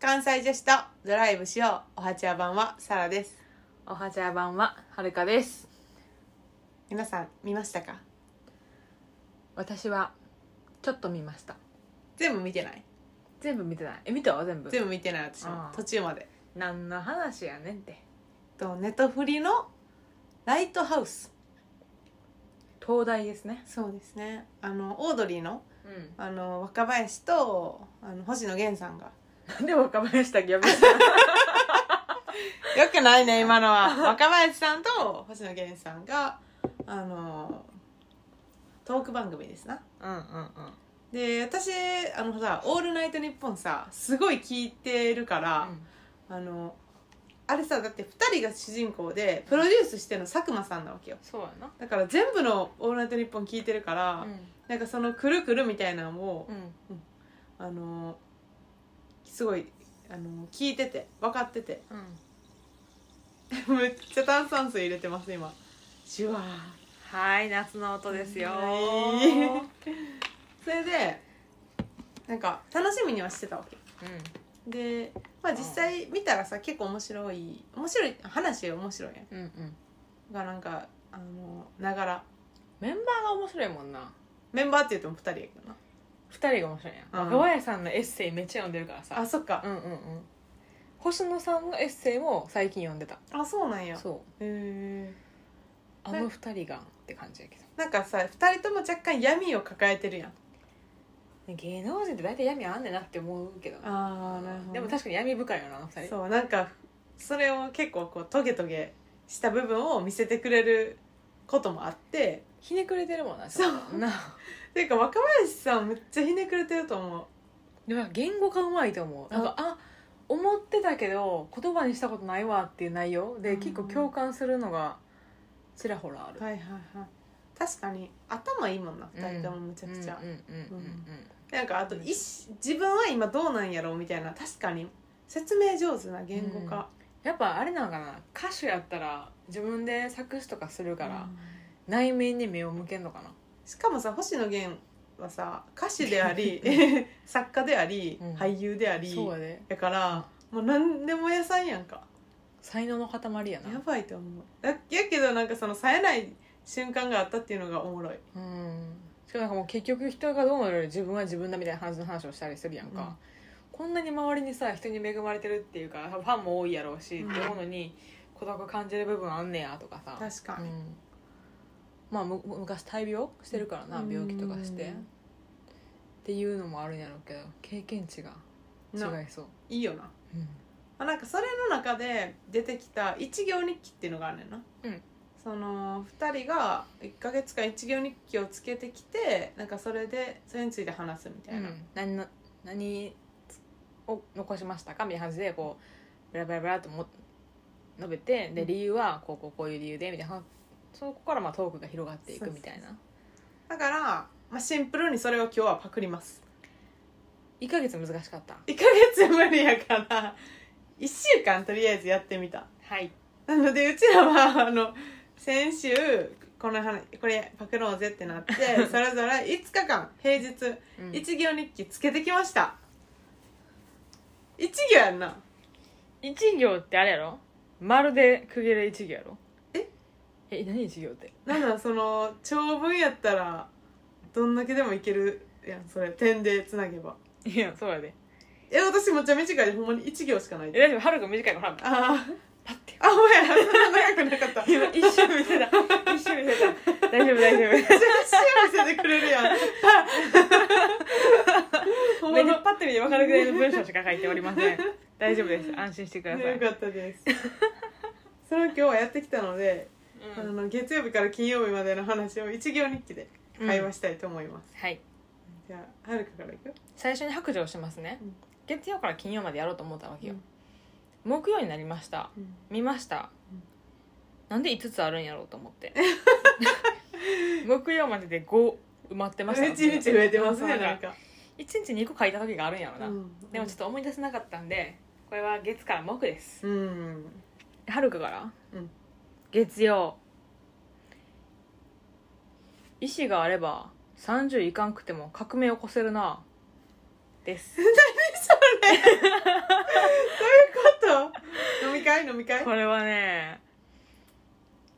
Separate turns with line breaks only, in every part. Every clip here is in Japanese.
関西女子とドライブしようおはちゃ版はサラです
おはちゃ版ははるかです
皆さん見ましたか
私はちょっと見ました
全部見てない
全部見てないえ見た全部
全部見てない私も
あー
途中まで
何の話やねんって
とネトフリのライトハウス
東大ですね
そうですねあのオードリーの
うん
あの若林とあの星野源さんが
なんで若林だけ呼び捨て
よくないね今のは若林さんと星野源さんがあのトーク番組ですな
うんうんうん
で私あのさ「オールナイトニッポンさ」すごい聞いてるから、あのあれさだって2人が主人公でプロデュースしてるの佐久間さんなわけよ
そうやな
だから全部の「オールナイトニッポン」聞いてるから、
う
なんかそのくるくるみたいなのも、
んうん
あのすごいあの聞いてて分かって て
うん
めっちゃ炭酸水入れてます今シュワー
はい夏の音ですよ
はいそれでなんか楽しみにはしてたわけで、まあ、実際見たらさ結構面白い面白い話面白いや
うんうんうん
んがなんかあのながら
メンバーが面白いもんな
メンバーって言っても2人やけどな
二人が面白いや
うん
ん若林さんのエッセイめっちゃ読んでるから
あ
さ
そっか
う、んうんうん星野さんのエッセイも最近読んでた
あそうなんやへ
そう
え
あの二人がって感じやけど
なんかさ2人とも若干闇を抱えてるやん
芸能人って大体闇あんねんなって思うけどな
ああなるほど
でも確かに闇深いよなあの二人
そうなんかそれを結構こうトゲトゲした部分を見せてくれることもあって
ひねくれてるもんな
そう
ちょっとな
っていうか若林さんめっちゃひねくれてると思う
でも言語化うまいと思うなんかあ思ってたけど言葉にしたことないわっていう内容で
うん
結構共感するのがちらほらある
はいはいはい確かに頭いいもんな
うん
2人ともむちゃくちゃ、
うんうんうんうん
なんかあと意思自分は今どうなんやろうみたいな確かに説明上手な言語化
やっぱあれなのかな歌手やったら自分で作詞とかする
だ
から、内面に目を向けんのかな
しかもさ星野源はさ歌手であ り作家であり、
うん
俳優であり
そうやで
だからもう何でも屋さんやんか
才能の塊やな
やばいと思うだやけどなんかその冴えない瞬間があったっていうのがおもろい
うんしかもなんかもう結局人がどうなるより自分は自分だみたいな話の話をしたりするやんか、
うん
こんなに周りにさ人に恵まれてるっていうかファンも多いやろうし、
うん
って思うのに孤独感じる部分あんねやとかさ、
確か
う
に、
んまあむ昔大病してるからな病気とかして、
う
っ
ん
ていうのもあるんやろうけど経験値が
な
違いそう、
いいよな
うん
あなんかそれの中で出てきた一行日記っていうのがあるねんな、
うん
その2人が1か月間一行日記をつけてきてなんかそれでそれについて話すみたいな、
何の何を残しましたかみたいな感じでこうブラブラブラっとも述べて
う
で
ん
理由はこうこうこういう理由でみたいなそこからまあトークが広がってい
そうそ
く
う
みたいな
だから、まあ、シンプルにそれを今日はパクります
1ヶ月難しかった
1か月無理やから1週間とりあえずやってみた
はい
なのでうちらはあの先週この話これパクろうぜって なってそれぞれ5日間平日
うん
一行日記つけてきました一行やんな
一行ってあれやろ丸で区切る一行やろ
え
え何一行って
なんだその長文やったらどんだけでもいけるやんそれ点でつなげば
いやそうやで
え私もっちゃ短いでほんまに一行しかない
え
で
大丈夫春が短いからほら
あー
パッて
あほんまやそんな長くなかった
今一瞬見せた一瞬見せた大丈夫大丈 夫
写真見せてくれ るやんパッほん
目
ま
で
の
パッと見て分かるぐらいの文章しか書いておりません大丈夫です安心してください、
よかったですそれを今日はやってきたので、
う
あ
ん
の月曜日から金曜日までの話を一行日記で会話したいと思います、
はい
じゃあはるかからいく
最初に白状しますね、
うん
月曜から金曜までやろうと思ったわけよ、木曜になりました
うん
見ました、
うん
なんで5つあるんやろうと思って 木曜までで5埋まってました
一日増えてますね
そうな
なんん
か
か、
1日2個書いた時があるんやろな、
うん
でもちょっと思い出せなかったんでこれは月から木です
うん
はるかから、
うん
月曜意志があれば30いかんくても革命を起こせるなです
知飲み会飲み会
これはね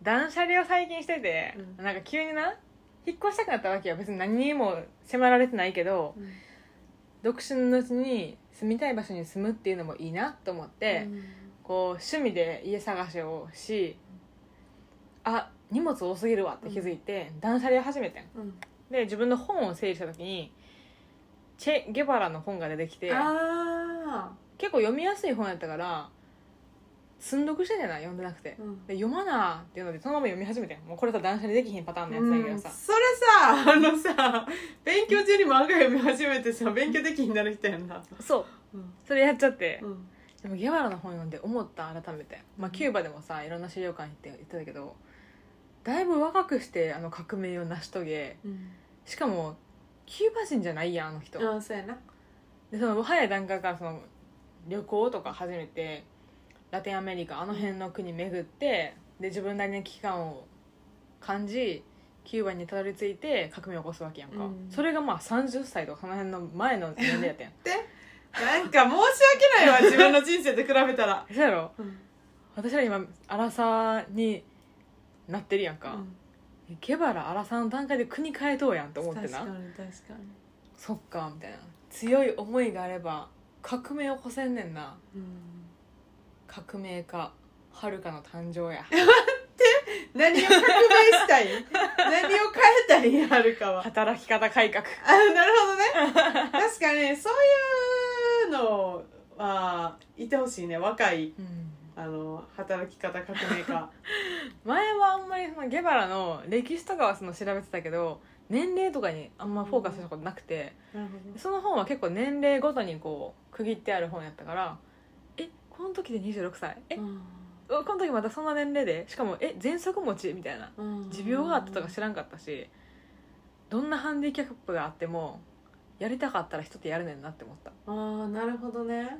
断捨離を最近してて、
う
なんか急にな引っ越したくなったわけよ別に何にも迫られてないけど
うん
独身のうちに住みたい場所に住むっていうのもいいなと思って、こう趣味で家探しをしあ荷物多すぎるわって気づいて、断捨離を始めてん
うん
で自分の本を整理した時にチェ・ゲバラの本が出てきて
あ
結構読みやすい本やったから寸読してんじゃない読んでなくて
ー、うん
で読まなっていうのでそのまま読み始めてんもうこれさ断捨離できひんパターンのやつだけ
う
ど
ん、
さ、
それさあのさ勉強中に漫画読み始めてさ勉強できになる人やんな、
そう
うん
それやっちゃって
う、ん
でもゲバラの本読んで思った改めて、まあ、キューバでもさいろんな資料館行って言ってたけどだいぶ若くしてあの革命を成し遂げ
うん、
しかもキューバ人じゃないやんあの人、
あそうやな
でその早い段階からその旅行とか始めてラテンアメリカあの辺の国巡ってで自分なりの期間を感じキューバにたどり着いて革命を起こすわけやんか、
うん
それがまあ30歳とかその辺の前の年齢やったやん
なんか申し訳 ないわ自分の人生と比べたら、
そうやろ
うん
私ら今アラサーになってるやんか、ゲバラアラサーの段階で国変えとうやんと思って
確か
な
に確かに、
そっかみたいな強い思いがあれば革命を起こせんねんな
うん、
革命家はるかの誕生や
何を革命 したい何を変えたいんやはるかは
働き方改革
あなるほど ね確かにそういうのはいてほしいね若いあの働き方革命 家
前はあんまりそのゲバラの歴史とかはその調べてたけど年齢とかにあんまフォーカスしたことなくて、
なる
その本は結構年齢ごとにこう区切ってある本やったからえこの時で26歳え、この時またそんな年齢でしかもえ喘息持ちみたいな持病があったとか知らんかったしどんなハンディキャップがあってもやりたかったら人ってやるねんなって思った、
あーなるほどね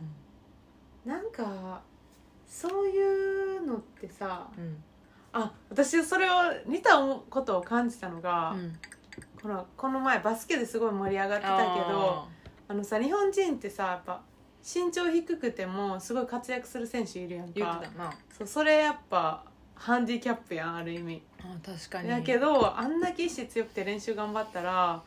なんかそういうのってさ
うん
あ私それを似たことを感じたのが、
うん
このこの前バスケですごい盛り上がってたけどあのさ日本人ってさやっぱ身長低くてもすごい活躍する選手いるやん
あー言っ
か
てたな
そうそれやっぱハンディキャップやんある意味
あー確かに
だけどあんだけ意志強くて練習頑張ったらワ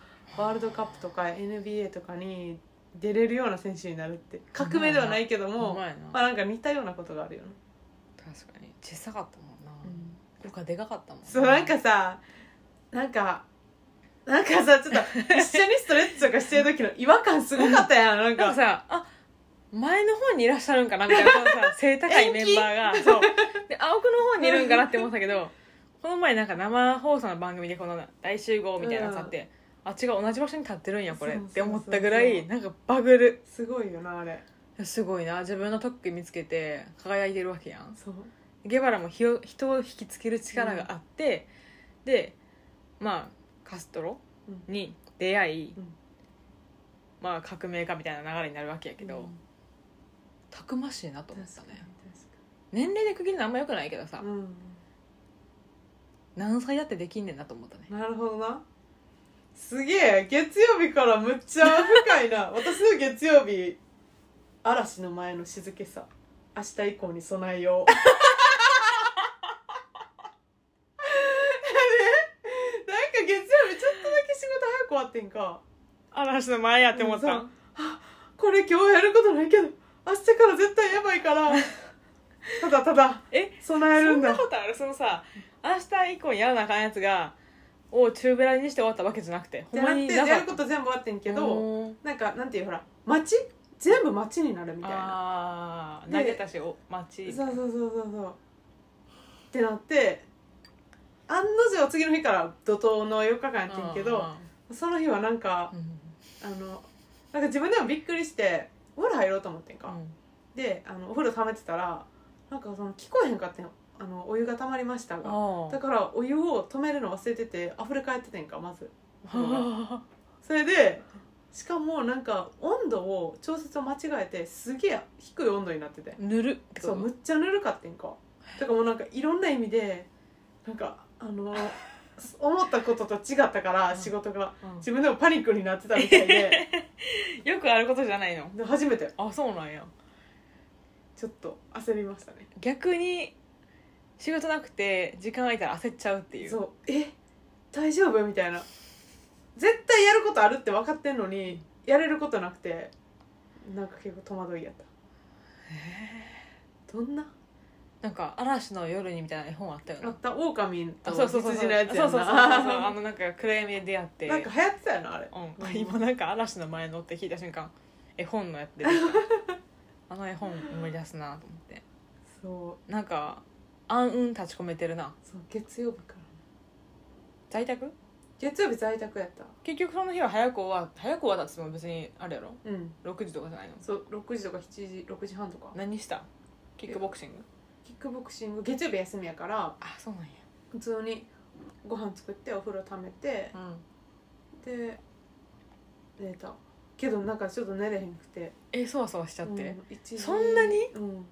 ールドカップとか NBA とかに出れるような選手になるって革命ではないけど
もう
も
まいな
まあなんか似たようなことがあるよね、
確かに小さかったもんな、僕はでかかったもん
そうなんかさなんかなんかさちょっ と一緒にストレッチとかしてる時の違和感すごかったやんなん
なんか
か
さあ前の方にいらっしゃるんかなみたいなこの さ背高いメンバーがそうで青くの方にいるんかなって思ったけどこの前なんか生放送の番組でこの大集合みたいなのさあって、あっちが同じ場所に立ってるんやこれっ
そうそう
て思ったぐら
そう
いなんかバグる
すごいよなあれ
すごいな自分の特技見つけて輝いてるわけやん
そう
ゲバラもひを人を引きつける力があって、でまあカストロに出会い、
うん
まあ革命家みたいな流れになるわけやけど、たくましいな
確
と思っ
か
た
に
ね年齢で区切るのあんまよくないけどさ、
確かにうん
何歳だってできんねんなと思ったね
なるほどなすげえ月曜日からむっちゃ深い な私の月曜日嵐の前の静けさ明日以降に備え ようねなんか月曜日ちょっとだけ仕事早く終わってんか
嵐の前やって思っ
でも
た
さあこれ今日やることないけど明日から絶対やばいから ただただ
え
備える
そ
ん
ん
だ
なことあるそのさ明日以降やらなあかんやつがを中ぶらにして終わったわけじゃなくて
じ
ほ
ゃ
ん
なく
まに
て
なか
やる
った
こと全部終わってんけど、
うん
なんかなんていうほら街全部街になるみたいな
ああ
で
投げたしお
そう
街
そうそうそうそうってなって案の定次の日から怒涛の4日間やってんけどその日はなんか
うんうん
あのなんか自分でもびっくりしてお風呂入ろうと思ってん
う
か、
ん
であのお風呂溜めてたらなんかその聞こえへんかったんよあのお湯が溜まりましたが
あ
だからお湯を止めるの忘れてて溢れ返っててんかま ずお風呂が
あ
それでしかもなんか温度を調節を間違えてすげえ低い温度になってて
塗るってこ
そう
と
むっちゃぬるかってんかだからもうなんかいろんな意味でなんかあの思ったことと違ったから仕事が
うん
自分でもパニックになってたみたいで
よくがあることじゃないの
で初めて
あそうなんや
ちょっと焦りましたね
逆に仕事なくて時間空いたら焦っちゃうっていう
そうえ大丈夫みたいな絶対やることあるって分かってんのにやれることなくてなんか結構戸惑いやったどんな
なんか「嵐の夜に」みたいな絵本あったよ
あ
な
った狼と
あそうそうそうそう
羊
そう
のやつや
そうそうそうあ
な
のなんか暗闇で出会って
なんか流行ってたよなあれ
う、
うんん
今なんか嵐の前のって聞いた瞬間絵本のやって出て きたあの絵本思い出すなと思って
そう
なんか暗雲立ち込めてるな
そう月曜日から
在宅
月曜日在宅やった
結局その日は早く終わ早く終わったっつっても別にあれやろ
うん
6時とかじゃないの
そう6時とか7時6時半とか
何したキックボクシング
キックボクシング月曜日休みやから
あそうなんや
普通にご飯作ってお風呂ためて
うん
で寝たけどなんかちょっと寝れへんくて
えそわそわしちゃって、
うん一時
そんなに
うん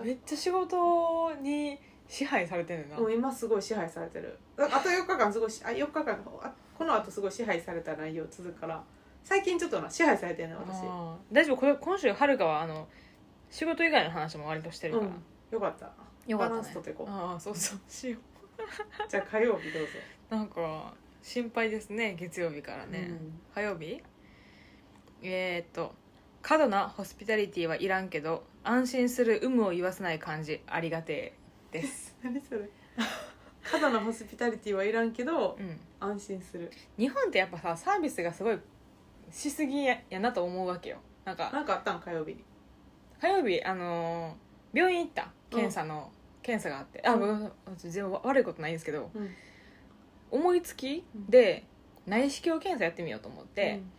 めっちゃ仕事に支配されてんねんな、
もう今すごい支配されてるああと4日間すごいしあ4日間あこのあとすごい支配された内容続くから最近ちょっとな支配されてるね私
あー大丈夫これ今週はるかはあの仕事以外の話も割としてるから、
うんよかった
よかった
バラ
ね
ンス取っていこ
ああそうそうしよう
うじゃあ火曜日どうぞ
なんか心配ですね月曜日からね、
うん
火曜日えー、っと「過度なホスピタリティはいらんけど安心する有無を言わせない感じありがてえ」 です、
何それ過度なホスピタリティはいらんけど
うん、
安心する
日本ってやっぱさサービスがすごいしすぎややなと思うわけよなんか
なんかあったん火曜日に
火曜日あのー病院行った検査の、検査があってあ、
うん
ごめんなさい全然悪いことないんですけど
うん
思いつきで内視鏡検査やってみようと思って、
うん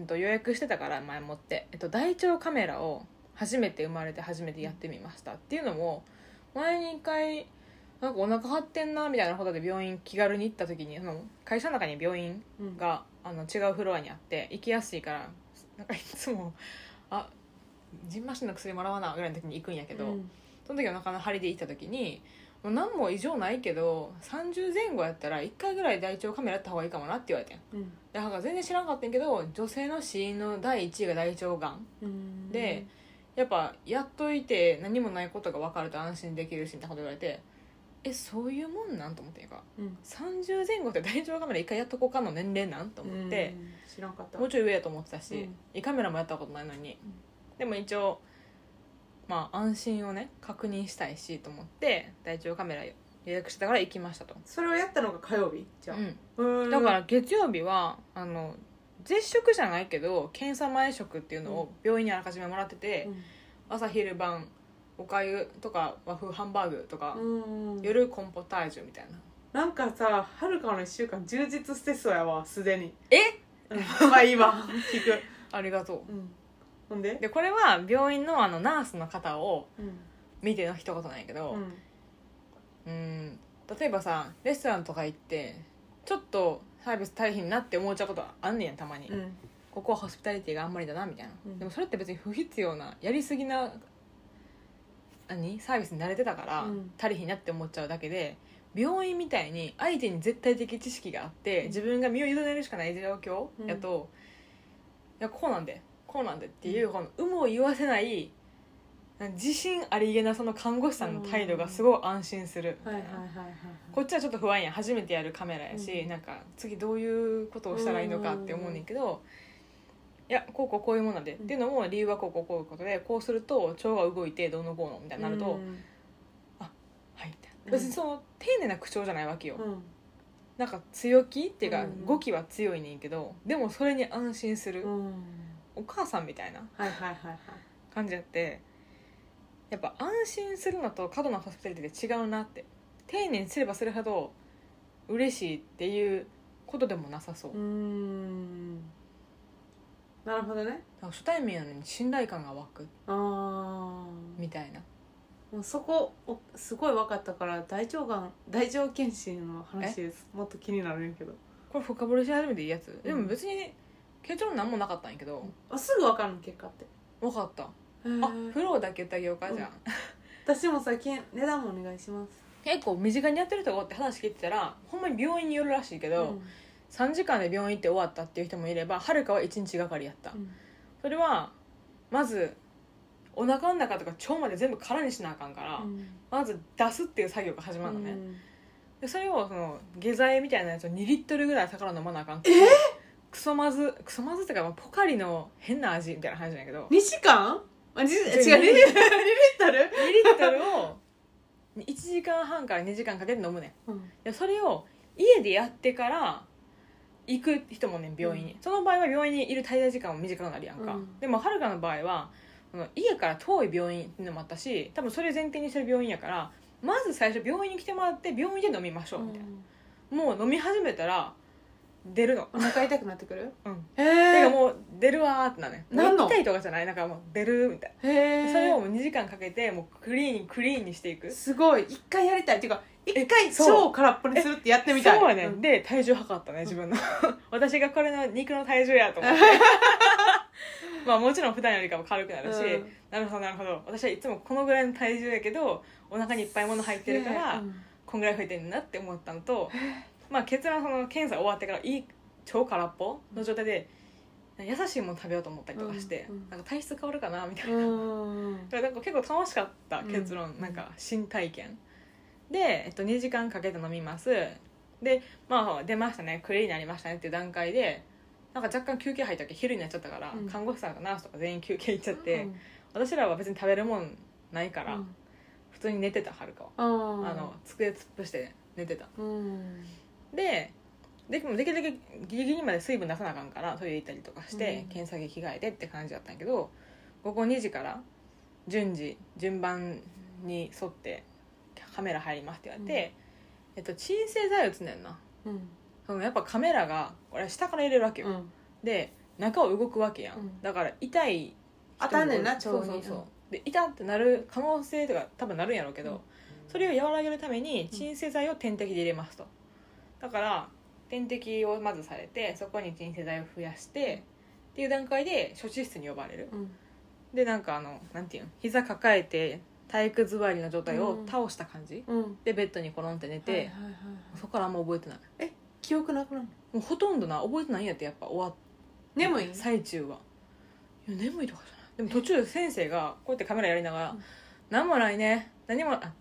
うんと、予約してたから前もって、えっと、大腸カメラを初めて生まれて初めてやってみましたっていうのも前に一回なんかお腹張ってんなみたいなことで病院気軽に行った時にその会社の中に病院
うん
があの違うフロアにあって行きやすいからなんかいつも「あジンマシンの薬もらわな」ぐらいの時に行くんやけど、
うん
その時お腹の張りで行った時にもう何も異常ないけど30前後やったら1回ぐらい大腸カメラやった方がいいかもなって言われてん。
うん
で母が全然知らんかったんやけど女性の死因の第1位が大腸がん
うん
でやっぱやっといて何もないことが分かると安心できるしみたいなこと言われてえそういうもんなんと思ってんか
うん
30前後って大腸カメラ一回やっとこうかの年齢なんと思って、
うん知らんかった
もうちょい上やと思ってたし、
うん
胃カメラもやったことないのに、でも一応まあ安心をね確認したいしと思って大腸カメラ予約してたから行きましたと、
それをやったのが火曜日じゃあ
うん
うん
だから月曜日はあの絶食じゃないけど検査前食っていうのを病院にあらかじめもらってて、朝昼晩おかゆとか和風ハンバーグとか、
うんうん
夜コンポタージュみたいな
なんかさはるかの1週間充実してそうやわすでに
え
うんまあいいわ聞く、
ありがと
うん、ほん
う
で
でこれは病院のあのナースの方を
うん
見ての一言なんやけど、うん、例えばさレストランとか行ってちょっとサービス大変になって思っちゃうことあんねんたまに、
うん
ここはホスピタリティがあんまりだなみたいな、
うん
でもそれって別に不必要なやりすぎな何サービスに慣れてたから、
うん
足りひんなって思っちゃうだけで病院みたいに相手に絶対的知識があって
うん
自分が身を委ねるしかない状況
うん
やと、いやこうなんでこうなんでっていう、この有無を言わせない自信ありげなその看護師さんの態度がすごい安心するみ
はい
た
はいい
な、
はいはいはい
こっちはちょっと不安やん初めてやるカメラやし、
うん
なんか次どういうことをしたらいいのかって思うねんけど、いやこうこうこういうものなんで、
うん
っていうのも理由はこうこうこういうことでこうすると腸が動いてどうのこうのみたいになると、
うん
はいみたいな
うん
別にその丁寧な口調じゃないわけよ、
うん
なんか強気っていうか、
うん
語気は強いねんけどでもそれに安心する、
うん
お母さんみたいな
はいはいはいはい
感じやってやっぱ安心するのと過度なホスピタリティで違うなって丁寧にすればするほど嬉しいっていうことでもなさそう、
うーんなるほどね
なんか初対面やのに信頼感が湧く
あー
みたいな
もうそこおすごい分かったから大腸がん大腸検診の話ですもっと気になるんやけど
これ深掘りし始めていいやつ、でも
うん
別に結論なんもなかったんやけど
あすぐ分かるの結果って
分かったあ
あ
フローだけ言ってあげようかじゃあ、
私も最近値段もお願いします
結構身近にやってる人がおって話聞いてたらほんまに病院によるらしいけど、
うん
3時間で病院行って終わったっていう人もいればはるかは1日がかりやった、
うん
それはまずお腹の中とか腸まで全部空にしなあかんから、まず出すっていう作業が始まるのね、でそれをその下剤みたいなやつを2リットルぐらい魚飲まなあかんえクソまずクソまずってかまあポカリの変な味みたいな話なんやけ ど
2時間あじ違う2リ
違う
リットル
2リットルを1時間半から2時間かけて飲むねんでそれを家でやってから行く人もね病院に、その場合は病院にいる滞在時間も短くなるやんか、
うん
でもはるかの場合はその家から遠い病院っていうのもあったし多分それ前提にしてる病院やからまず最初病院に来てもらって病院で飲みましょうみたいな、もう飲み始めたら出るの
お腹痛くなってくる
うん
え
だから
え
もう出るわーってなるね
なんの
行きたいとかじゃないなんかもう出るみたいな、それを
へ
もう2時間かけてもうクリーンクリーンにしていく
えすごい一回やりたいっていうか一回
えそう
超空っぽにするってやってみたい
そうやね、
ん
で体重測ったね自分の 私がこれの肉の体重や と思って まあもちろん普段よりかも軽くなるし、
うん
なるほどなるほど私はいつもこのぐらいの体重やけどお腹にいっぱいもの入ってるから、
うん
こんぐらい増えてるなって思ったのと、まあ結論その検査終わってからいい超空っぽの状態で優しいもの食べようと思ったりとかして、
うんうん
なんか体質変わるかなみたいな、
うん
だからなんか結構楽しかった結論、
うん
なんか新体験で、えっと、2時間かけて飲みますでまあ出ましたねクリーンになりましたねっていう段階でなんか若干休憩入ったっけ昼になっちゃったから、
うん
看護師さんとかナースとか全員休憩行っちゃって、
うん
私らは別に食べるもんないから、
うん
普通に寝てたはるかは、
あ
あの机突っ伏して寝てた
うん
ででもできるだけギリギリまで水分出さなあかんからトイレ行ったりとかして、
うん
検査着着替えてって感じだったんやけど午後2時から順次順番に沿ってカメラ入りますって言われて、えっと、鎮静剤打つねんな
うん
そのやっぱカメラが俺下から入れるわけよ、
うん
で中を動くわけやん、
うん
だから痛い人も
当たんねんな腸に
そうそうそう、で痛ってなる可能性とか多分なるんやろうけど、それを和らげるために鎮静剤を点滴で入れますとだから点滴をまずされてそこに鎮静剤を増やしてっていう段階で処置室に呼ばれる
うん
でなんかあのなんていうの膝抱えて体育座りの状態を
うん
倒した感じ、
うん
でベッドにコロンって寝て、
はいはいはいはい
そこからあんま覚えてない
記憶なくなるの
もうほとんどな覚えてないんやってやっぱ終わっ
眠い
最中はいや眠いとかじゃないでも途中先生がこうやってカメラやりながら
うん
「何もないね何もあ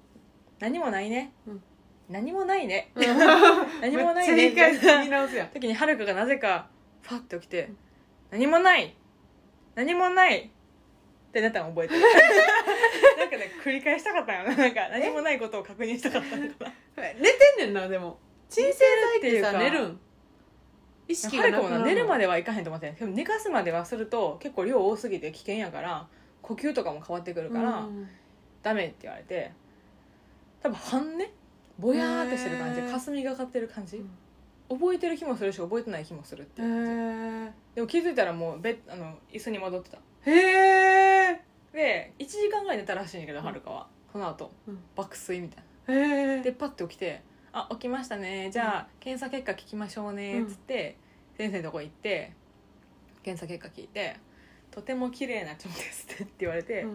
何もないね、
うん
何もないね
うん
何もない
め
ね」
っ
み
ちゃ言い
た
返
い
す言い
な
直す やん
時にはるかがなぜかファッて起きて
うん
「何もない何もない」ってなったの覚 えてるなんかね繰り返したかったよななんか何もないことを確認したかったのかな
寝てんねんなでも鎮静剤ってさ
寝
寝
てるっていうか
るん意識
は
が
る
な
か
く
も
な
な
る
寝るま
で
ではいかへんと思ってんでも寝かすまではすると結構量多すぎて危険やから呼吸とかも変わってくるから、ダメって言われて多分半寝ぼやーっとしてる感じ
へー
霞がかってる感じ、
うん
覚えてる日もするし覚えてない日もするっていう感じ、でも気づいたらもうベッあの椅子に戻ってた
へえ
で1時間ぐらい寝たらしいんやけど
うん
はるかはその後
うん
爆睡みたいな
へえ
でパッて起きて「あ起きましたねじゃあ検査結果聞きましょうね」っつって、先生のとこ行って検査結果聞いて「とても綺麗な腸です」って言われて、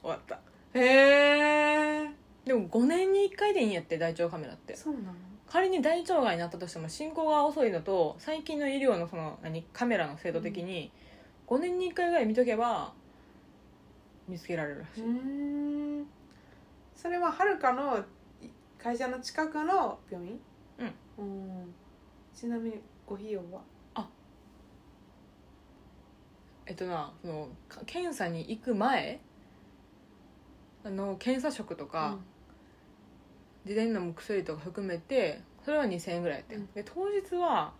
終わった
へえ
でも5年に1回でいいんやって大腸カメラって
そうなの
仮に大腸がんになったとしても進行が遅いのと最近の医療のその何カメラの精度的に5年に1回ぐらい見とけば見つけられるらしい、
うんそれははるかのい会社の近くの病院うんちなみにご費用は
えっとなそのか検査に行く前あの検査食とか、事前の薬とか含めてそれは2000円ぐらいやって、
うん
で当日は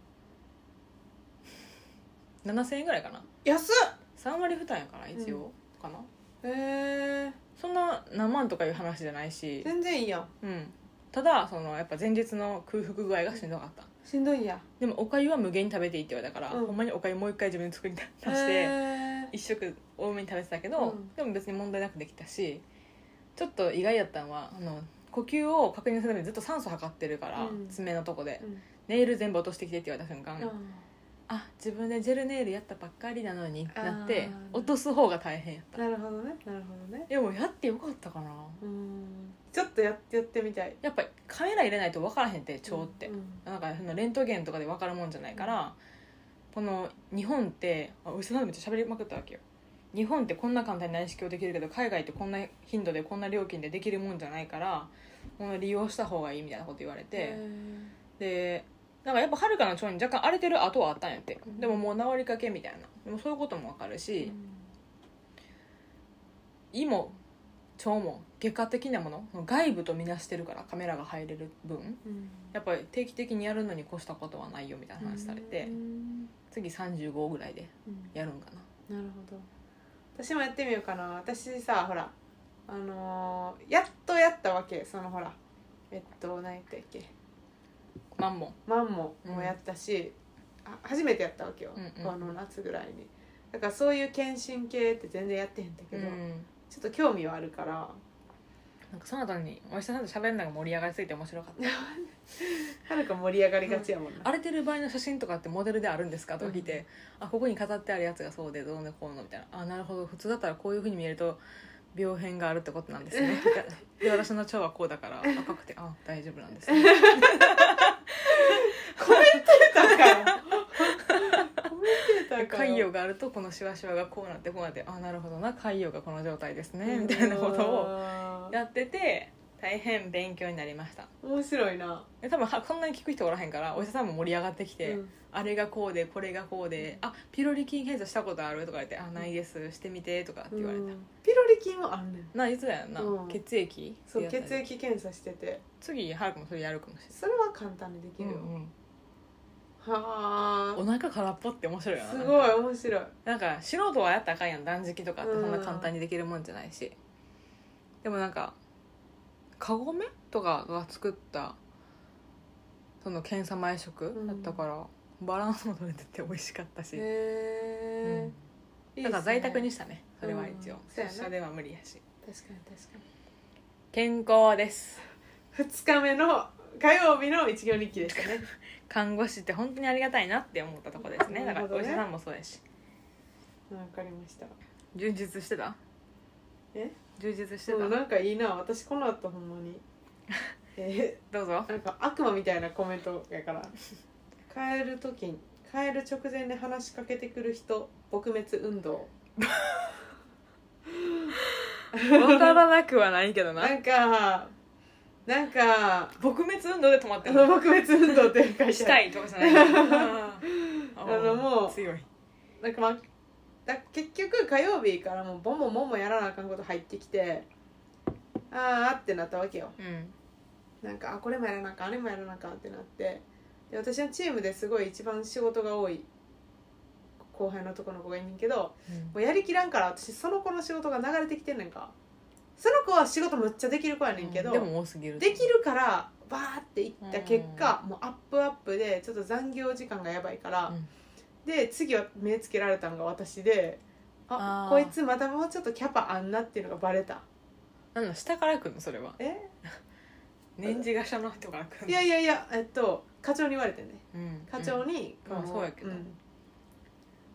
7000円ぐらいかな
安っ
3割負担やから一応、かな
へえ
そんな何万とかいう話じゃないし
全然いいやん
うん、ただそのやっぱ前日の空腹具合がしんどかった
しんどいんや
でもおかゆは無限に食べていいって言われたから、
うん
ほんまにおかゆもう一回自分で作り出して、
へ
一食多めに食べてたけど、
うん
でも別に問題なくできたしちょっと意外やったのはあの呼吸を確認するためにずっと酸素測ってるから、
うん
爪のとこで
えうん
ネイル全部落としてきてって言われた瞬間、
うん
あ自分でジェルネイルやったばっかりなのにってなって
あー
落とす方が大変やった
なるほどねなるほどね
でもやってよかったかな
うんちょっとやってやってみたい
やっぱカメラ入れないと分からへんって腸って、
うん
なんかそのレントゲンとかで分かるもんじゃないから、この日本ってあおじさんなんかめっちゃ喋りまくったわけよ日本ってこんな簡単に内視鏡できるけど海外ってこんな頻度でこんな料金でできるもんじゃないからもう利用した方がいいみたいなこと言われて、でなんかやっぱはるかの腸に若干荒れてる跡はあったんやって、
うん
でももう治りかけみたいなでもそういうこともわかる
う
し、
ん
胃も腸も外科的なもの外部とみなしてるからカメラが入れる分
うん
やっぱり定期的にやるのに越したことはないよみたいな話されて、
うん
次35ぐらいで
うん
やるんかな
なるほど私もやってみようかな私さほらあのーやっとやったわけそのほらえっと何やったっけ
マンモン
マンモもやったし、あ初めてやったわけよ、
うんうん
この夏ぐらいにだからそういう検診系って全然やってへんだけど、
うん
ちょっと興味はあるから
なんかその後にお医者さんと喋るのが盛り上がりすぎて面白かった
はるか盛り上がりがちやもんな、
荒れてる場合の写真とかってモデルであるんですかとか聞いて、あここに飾ってあるやつがそうでどうのこうのみたいなあなるほど普通だったらこういうふうに見えると病変があるってことなんです ねみたいなで私の腸はこうだから赤くてあ大丈夫なんですね
だからコメンテーターか
潰瘍
よ
があるとこのシワシワがこうなってこうなってあなるほどな潰瘍がこの状態ですねみたいなことを
を
やってて大変勉強になりました
面白いな、
で多分はそんなに聞く人おらへんからお医者さんも盛り上がってきて、
うん
あれがこうでこれがこうで「あピロリ菌検査したことある?」とか言って「あないですしてみて」とかって言われた、
うんピロリ菌はあんねん
な言ってたよな、
うん
血液
そう
やったり
血液検査してて
次はるかもそれやるかもし
それは簡単にでき
れ
る
ない、
よ、
うん
は
うんお腹空っぽって面白いよ
あ
な
す
なん
ごい
か
面白い
なんか素人はやったらあかんやん断食とかってそんな
うん
簡単にできるもんじゃないし、でもなんかカゴメとかが作ったその検査前食だったから、バランスも取れてて美味しかったし、
へ
うん
えいいっすね
だから在宅にしたねそれは一応、
うんそう
出
やな
社では無理やし
確かに確かに
健康です
2日目の火曜日の一行日記でした ね
看護師って本当にありがたいなって思ったとこですねだ
な
か
る
ら
ほど
お
ね
医者さんもそうやし
わかりました
充実してた
え
充実して
で
た
もなんかいいな私この後ほんま にえ
どうぞ
なんか悪魔みたいなコメントやから帰る時に帰る直前で話しかけてくる人撲滅運動
分からなくはないけどな
なんかなんか
撲滅運動で止まって
あ
る
の
の
撲滅運動っていう会
し
社
たいとか じゃないあ
あのもう
強い
なんかまあだ結局火曜日からもうボンボンボンボンやらなあかんこと入ってきてあーってなったわけよ
うん
なんかあこれもやらなあかんあれもやらなあかんってなってで私のチームですごい一番仕事が多い後輩の男の子がいんねんけどもうやりきらんから私その子の仕事が流れてきてんねんかその子は仕事むっちゃできる子やねんけど、
でも多すぎる
できるからバーっていった結果、もうアップアップでちょっと残業時間がやばいから、
うん
で次は目つけられたのが私であ
あー
こいつまたもうちょっとキャパあんなっていうのがバレた
なんだ下から来るのそれは
え
年次が下の人から来るの
いやいやいやえっと課長に言われてね
うん
課長に、
うん
この
まあそうやけど
ん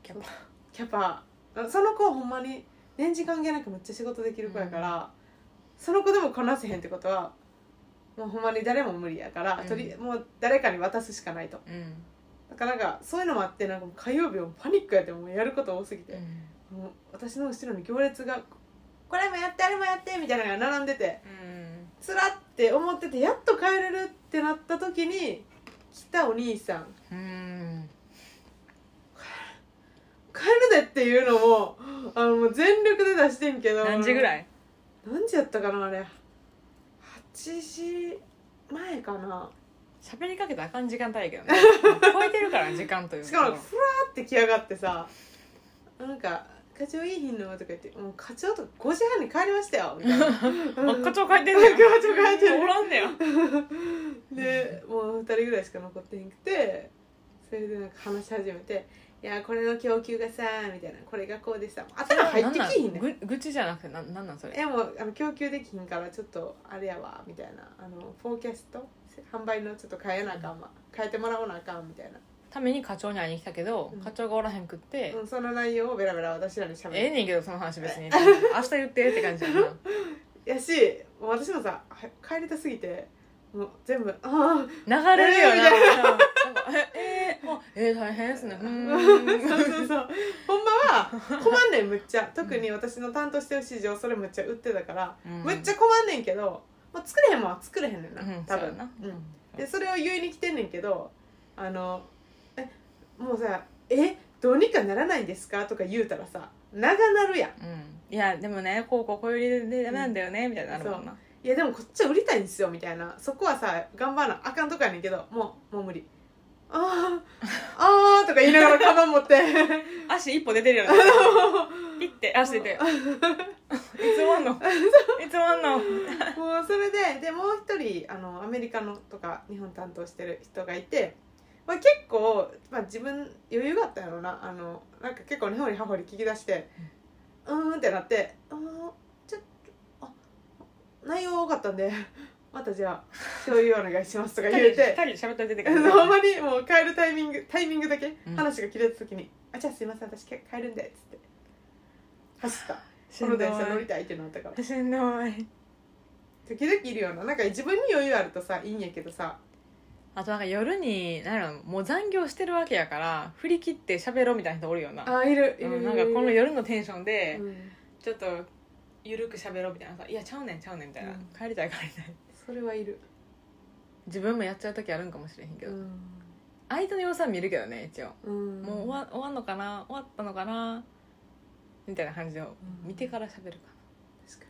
キャパ
キャパその子はほんまに年次関係なくめっちゃ仕事できる子やから、その子でもこなせへんってことはもうほんまに誰も無理やから、
うん
とりもう誰かに渡すしかないと
うん
だからなんかそういうのもあってなんかもう火曜日もパニックやってもうやること多すぎて、
うん
もう私の後ろに行列が「これもやってあれもやって」みたいなのが並んでて
うん
つらって思っててやっと帰れるってなった時に来たお兄さん
うん
帰るでっていうのもあのもう全力で出してんけど
何時ぐら
い
い
何時やったかなあれ8時前かな
喋りかけたらあかん時間帯やけど ね超えてるから時間という
しかもふわーって来やがってさなんか「課長いいひんの?」とか言って「もう課長とか5時半に帰りましたよ」みたい な
真っ赤帳書いてん
真
ね
っ
ん
赤帳書いてる
おらんねや
でもう2人ぐらいしか残ってへんくてそれでなんか話し始めて「いやこれの供給がさ」みたいな「これがこうでさ」頭入ってきひんねん
ぐ愚痴じゃなくてななんなんそれ
えもうあの供給できひんからちょっとあれやわみたいなあのフォーキャスト販売のちょっと変えなあかんわ変えてもらおうなあかんみたいな、
ために課長に会いに来たけど、
うん
課長がおらへんくって、
うん、その内容をベラベラ私らにしゃべ
ええ
る
ねんけどその話別 に明日言ってって感じやな
やしもう私もさは帰りたすぎてもう全部ああ
流れるよな
えーみ
なんかえー、あえー、大変です ねうーん
そうそうそうほんまは 困んねんむっちゃ特に私の担当してる市場それむっちゃ売ってたから、
うん
むっちゃ困んねんけど、まあ、作れへんもんは作れへんねんな、
うん
多
そう
分
やな
うんでそれを言いに来てんねんけどあのえもうさ「えどうにかならないんですか?」とか言うたらさ長なるやん
うんいやでもねこうこうこういう理由でダメなんだよね、みたいなのあるもんない
やでもこっちは売りたいんですよみたいなそこはさ頑張らなあかんとこやねんけどもうもう無理あーあーとか言いながらカバン持って
足一歩出てる よねピッて足出ていつ もあんのいつもあんの
もうそれででもう一人あのアメリカのとか日本担当してる人がいて、まあ、結構、まあ、自分余裕があったんやろうなあのなんか結構根掘り葉掘り聞き出してうーんってなってうーんちょっとあ内容多かったんでまたじゃあ醤油お願いしますとか
二
言
人
う
で
て
二人で喋ったら出てく
ほ
る
んまにもう帰るタイミングタイミングだけ、
うん
話が切れた時に「あじゃあすいません私帰るんで」っつって走った
し
こ
ん
の
ど
電車乗り
い
たいってなったから
しんどい
時々いるよななんか自分に余裕あるとさいいんやけどさ
あとなんか夜になんやろもう残業してるわけやから振り切って喋ろうみたいな人おるよな
あいるいる
う
い
ん
る
なんかこの夜のテンションで
うん
ちょっとゆるく喋ろうみたいなさ「いやちゃうねんちゃうねん」みたいな、
うん
帰りたい帰りたい
それはいる
自分もやっちゃう時あるんかもしれへんけ
う
ど、
ん、
相手の様子は見るけどね一応、
うん、
もう終わ終わんのかな終わったのかなみたいな感じを
うん
見てから喋るかな
確か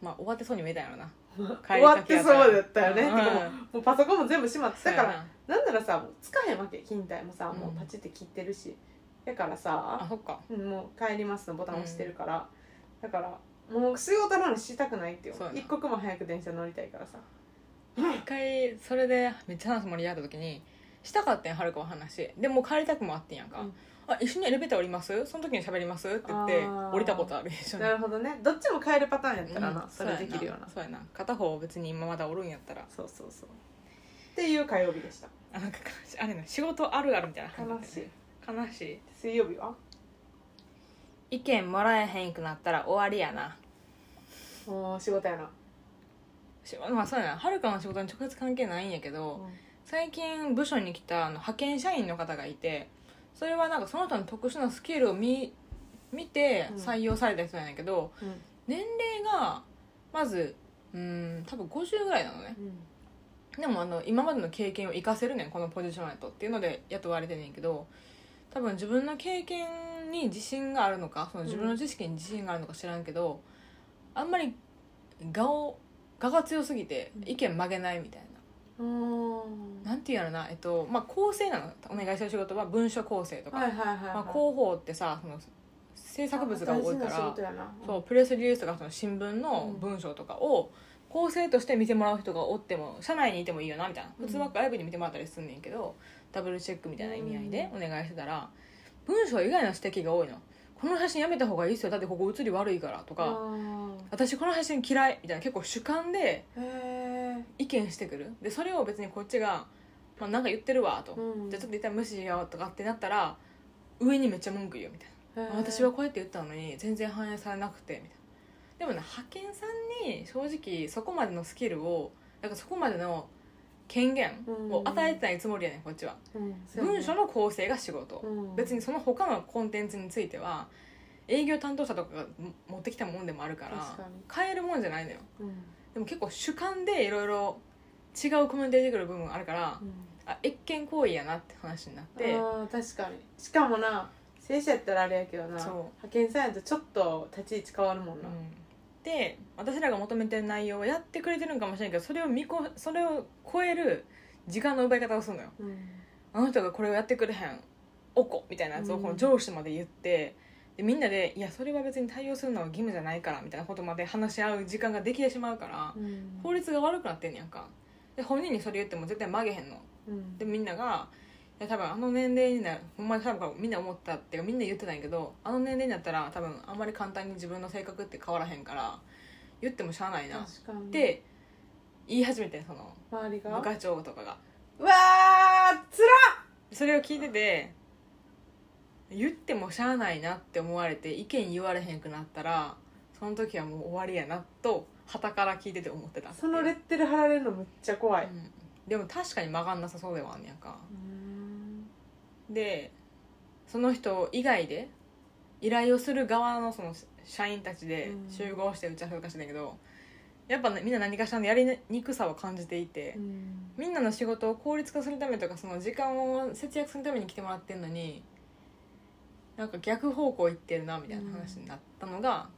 まあ終わってそうに見えたんやろな
に
帰り
終わっ
先
て
や
そう
から
だったよね、
うん
てかもうもうパソコンも全部閉まって
そう
た
や
か
な
らなんならさもう使えへんわけ勤怠もさ
うん
もうパチって切ってるしだから
あ
さ
そっか
うんもう帰りますのボタン押してるから、だからもう仕事の話したくないってよ
そうやな
一刻も早く電車乗りたいからさ
一回それでめっちゃ話盛り上がった時にしたかったんやはるかは話でもう帰りたくもあってんやんか、
うん
あ一緒にエレベーター降りますその時に喋りますって言って
あー
降りたことある一緒に
なるほどねどっちも変えるパターンやったらな、
うん
それできるような
そうやな片方別に今まだおるんやったら
そうそうそうっていう火曜日でした
あなんかあれな仕事あるあるみたいな
悲
感じ
しい
だよね悲しい
水曜日は
意見もらえへんくなったら終わりやな
もう仕事やな、
しまあそうやなはるかの仕事に直接関係ないんやけど、最近部署に来たあの派遣社員の方がいてそれはなんかその人の特殊なスキルを見見て
うん
採用された人なんやけど、
うん
年齢がまずうん多分50ぐらいなのね
うん
でもあの今までの経験を活かせるねんこのポジションやとっていうので雇われてんねんけど多分自分の経験に自信があるのかその自分の知識に自信があるのか知らんけど、あんまり我を我が強すぎて意見曲げないみたいな。
うーん
なんていうやろな、えっとまあ、構成なのお願いしてる仕事は文書構成とか、
はいはいはい、はい
まあ、広報ってさその制作物が多いか
大事な仕
ら
事やな
そうプレスリリースとかその新聞の文章とかを構成として見てもらう人がおっても社内にいてもいいよなみたいな
うん
普通は外部に見てもらったりすんねんけど、ダブルチェックみたいな意味合いでお願いしてたら文章以外の指摘が多いのこの写真やめた方がいいっすよだってここ写り悪いからと
あ
か私この写真嫌いみたいな結構主観で
ーへえ
意見してくるでそれを別にこっちが「まあ、なんか言ってるわ」と、
うん
じゃあちょっと一旦無視しようとかってなったら上にめっちゃ文句言うみたいな、私はこうやって言ったのに全然反映されなくてみたいなでもね派遣さんに正直そこまでのスキルをなんかそこまでの権限を与えてないつもりやねんこっちは、文書
の、
の構成が仕事、
うん
別にその他のコンテンツについては営業担当者とかが持ってきたもんでもあるから
確かに
変えるもんじゃないのよ
うん
でも結構主観でいろいろ違うコメント出てくる部分があるから、
うん
あ一見行為やなって話になって
あー確かにしかもな正社やったらあれやけどな
そう
派遣さんやとちょっと立ち位置変わるもんな、
で私らが求めてる内容をやってくれてるんかもしれんけどそれを見こそれを超える時間の奪い方をするのよ
うん
あの人がこれをやってくれへんおこみたいなやつを
うん
この上司まで言って、でみんなで「いやそれは別に対応するのは義務じゃないから」みたいなことまで話し合う時間ができてしまうから、
うん
法律が悪くなってんねやんかで本人にそれ言っても絶対曲げへんの
うん
でみんながいや多分あの年齢になるほんまに多分みんな思ったっていうかみんな言ってたんやけどあの年齢になったら多分あんまり簡単に自分の性格って変わらへんから言ってもしゃあないなっ
確かに
て言い始めてその
周りが
部課長とかが
うわーつら
それを聞いてて言ってもしゃあないなって思われて意見言われへんくなったらその時はもう終わりやなと旗から聞いてて思ってた
そのレ
ッ
ッテル貼られるのむっちゃ怖い、
でも確かに曲がんなさそうではあんねやんか
うん
でその人以外で依頼をする側のその社員たちで
うん
集合して打ち合わせとかしてんだけど、やっぱ、ね、みんな何かしらのやりにくさを感じていて、みんなの仕事を効率化するためとかその時間を節約するために来てもらってんのになんか逆方向行ってるなみたいな話になったのが、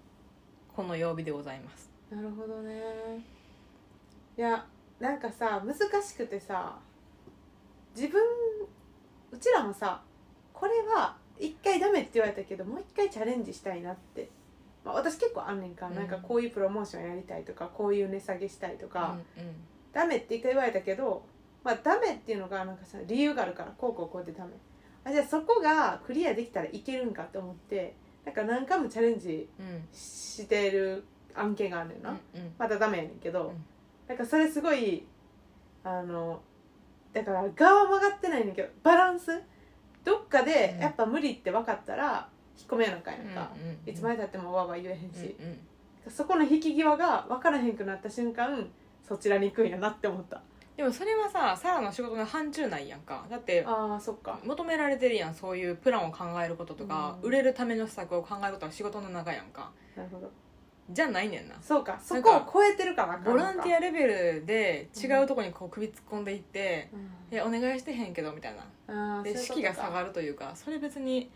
この曜日でございます。
なるほどねいやなんかさ難しくてさ自分うちらもさこれは一回ダメって言われたけどもう一回チャレンジしたいなって、まあ、私結構あんねんか、
うん
なんかこういうプロモーションやりたいとかこういう値下げしたいとか、
うんうん
ダメって一回言われたけど、まあ、ダメっていうのがなんかさ理由があるからこうこうこうやってダメあじゃあそこがクリアできたらいけるんかって思ってなんか何回もチャレンジ
うん
してる案件があるんだよな、
うん
まだダメやねんけど、
うん
なんかそれすごいあのだから側曲がってないねんけどバランスどっかで
うん
やっぱ無理って分かったら引っ込めやなあかんやん
うん
か、
うんうん
いつまでたってもわーわー言えへん
うん
し、そこの引き際が分からへんくなった瞬間そちらに行くんやなって思った
でもそれはさサラの仕事の範疇内やんかだって
あーそっか
求められてるやんそういうプランを考えることとか、
うん
売れるための施策を考えることは仕事の中やんか
なるほど
じゃないねんな
そうかそこを超えてるから
ボランティ
ア
アレベルで違うとこにこう首突っ込んでいって、えお願いしてへんけどみたいな
あー
で士気が下
る
がるというかそれ別に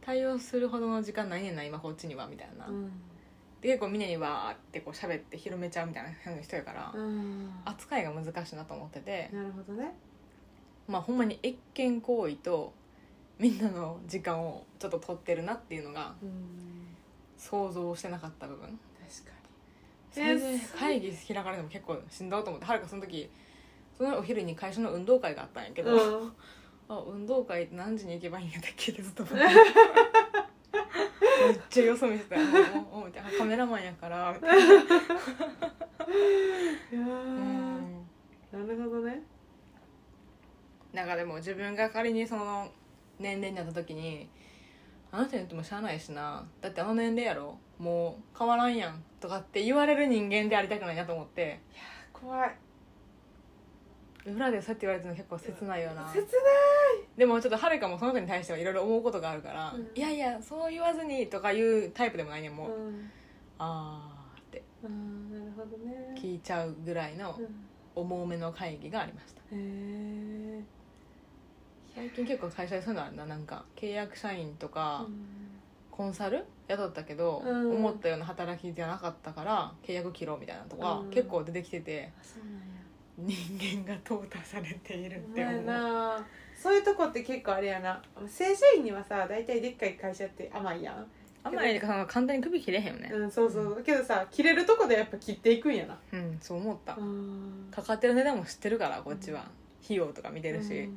対応するほどの時間ないねんな今こっちにはみたいな、
うん
で結構みんなにわーってこう喋って広めちゃうみたいな変な人やから、
うん
扱いが難しいなと思ってて、
なるほどね
まあほんまに越権行為とみんなの時間をちょっと取ってるなっていうのが
うん
想像してなかった部分
確か
それ
え
で
ーそう
会議開かれるのも結構しんどいと思ってはるかその時そのお昼に会社の運動会があったんやけ
に
ど、
うん
あ運動会って何時に行けばいいんやったっけってずっと思 ってめっちゃよそ見せたよもうもうみたいなカメラマンやからみたいな、
いやー
うん
なるほどね
なんかでも自分が仮にその年齢になった時にあの人に言ってもしゃあないしなだってあの年齢やろもう変わらんやんとかって言われる人間でありたくないなと思って
怖い
裏でそうやって言われてるの結構切ないよな
切ない
でもちょっとはるかもその子に対してはいろいろ思うことがあるから、
うん
いやいやそう言わずにとかいうタイプでもないねんもう、
うん
あーって
あーなるほどね
聞いちゃうぐらいの
うん
重めの会議がありました
へえ
最近結構会社でそういうのあるななんか契約社員とか、
うん
コンサル雇ったけど、
うん
思ったような働きじゃなかったから契約切ろうみたいなとか、
うん
結構出てきてて
あそうなんや
人間が淘汰されているって
ほ
思
ん
う
まやなそういうとこって結構あれやな正社員にはさ大体でっかい会社って甘いやん
あんまり簡単に首切れへんよね
うんそうそうけどさ切れるとこでやっぱ切っていくんやな
うん、そう思った
うん
かかってる値段も知ってるからこっちは、
うん
費用とか見てるし、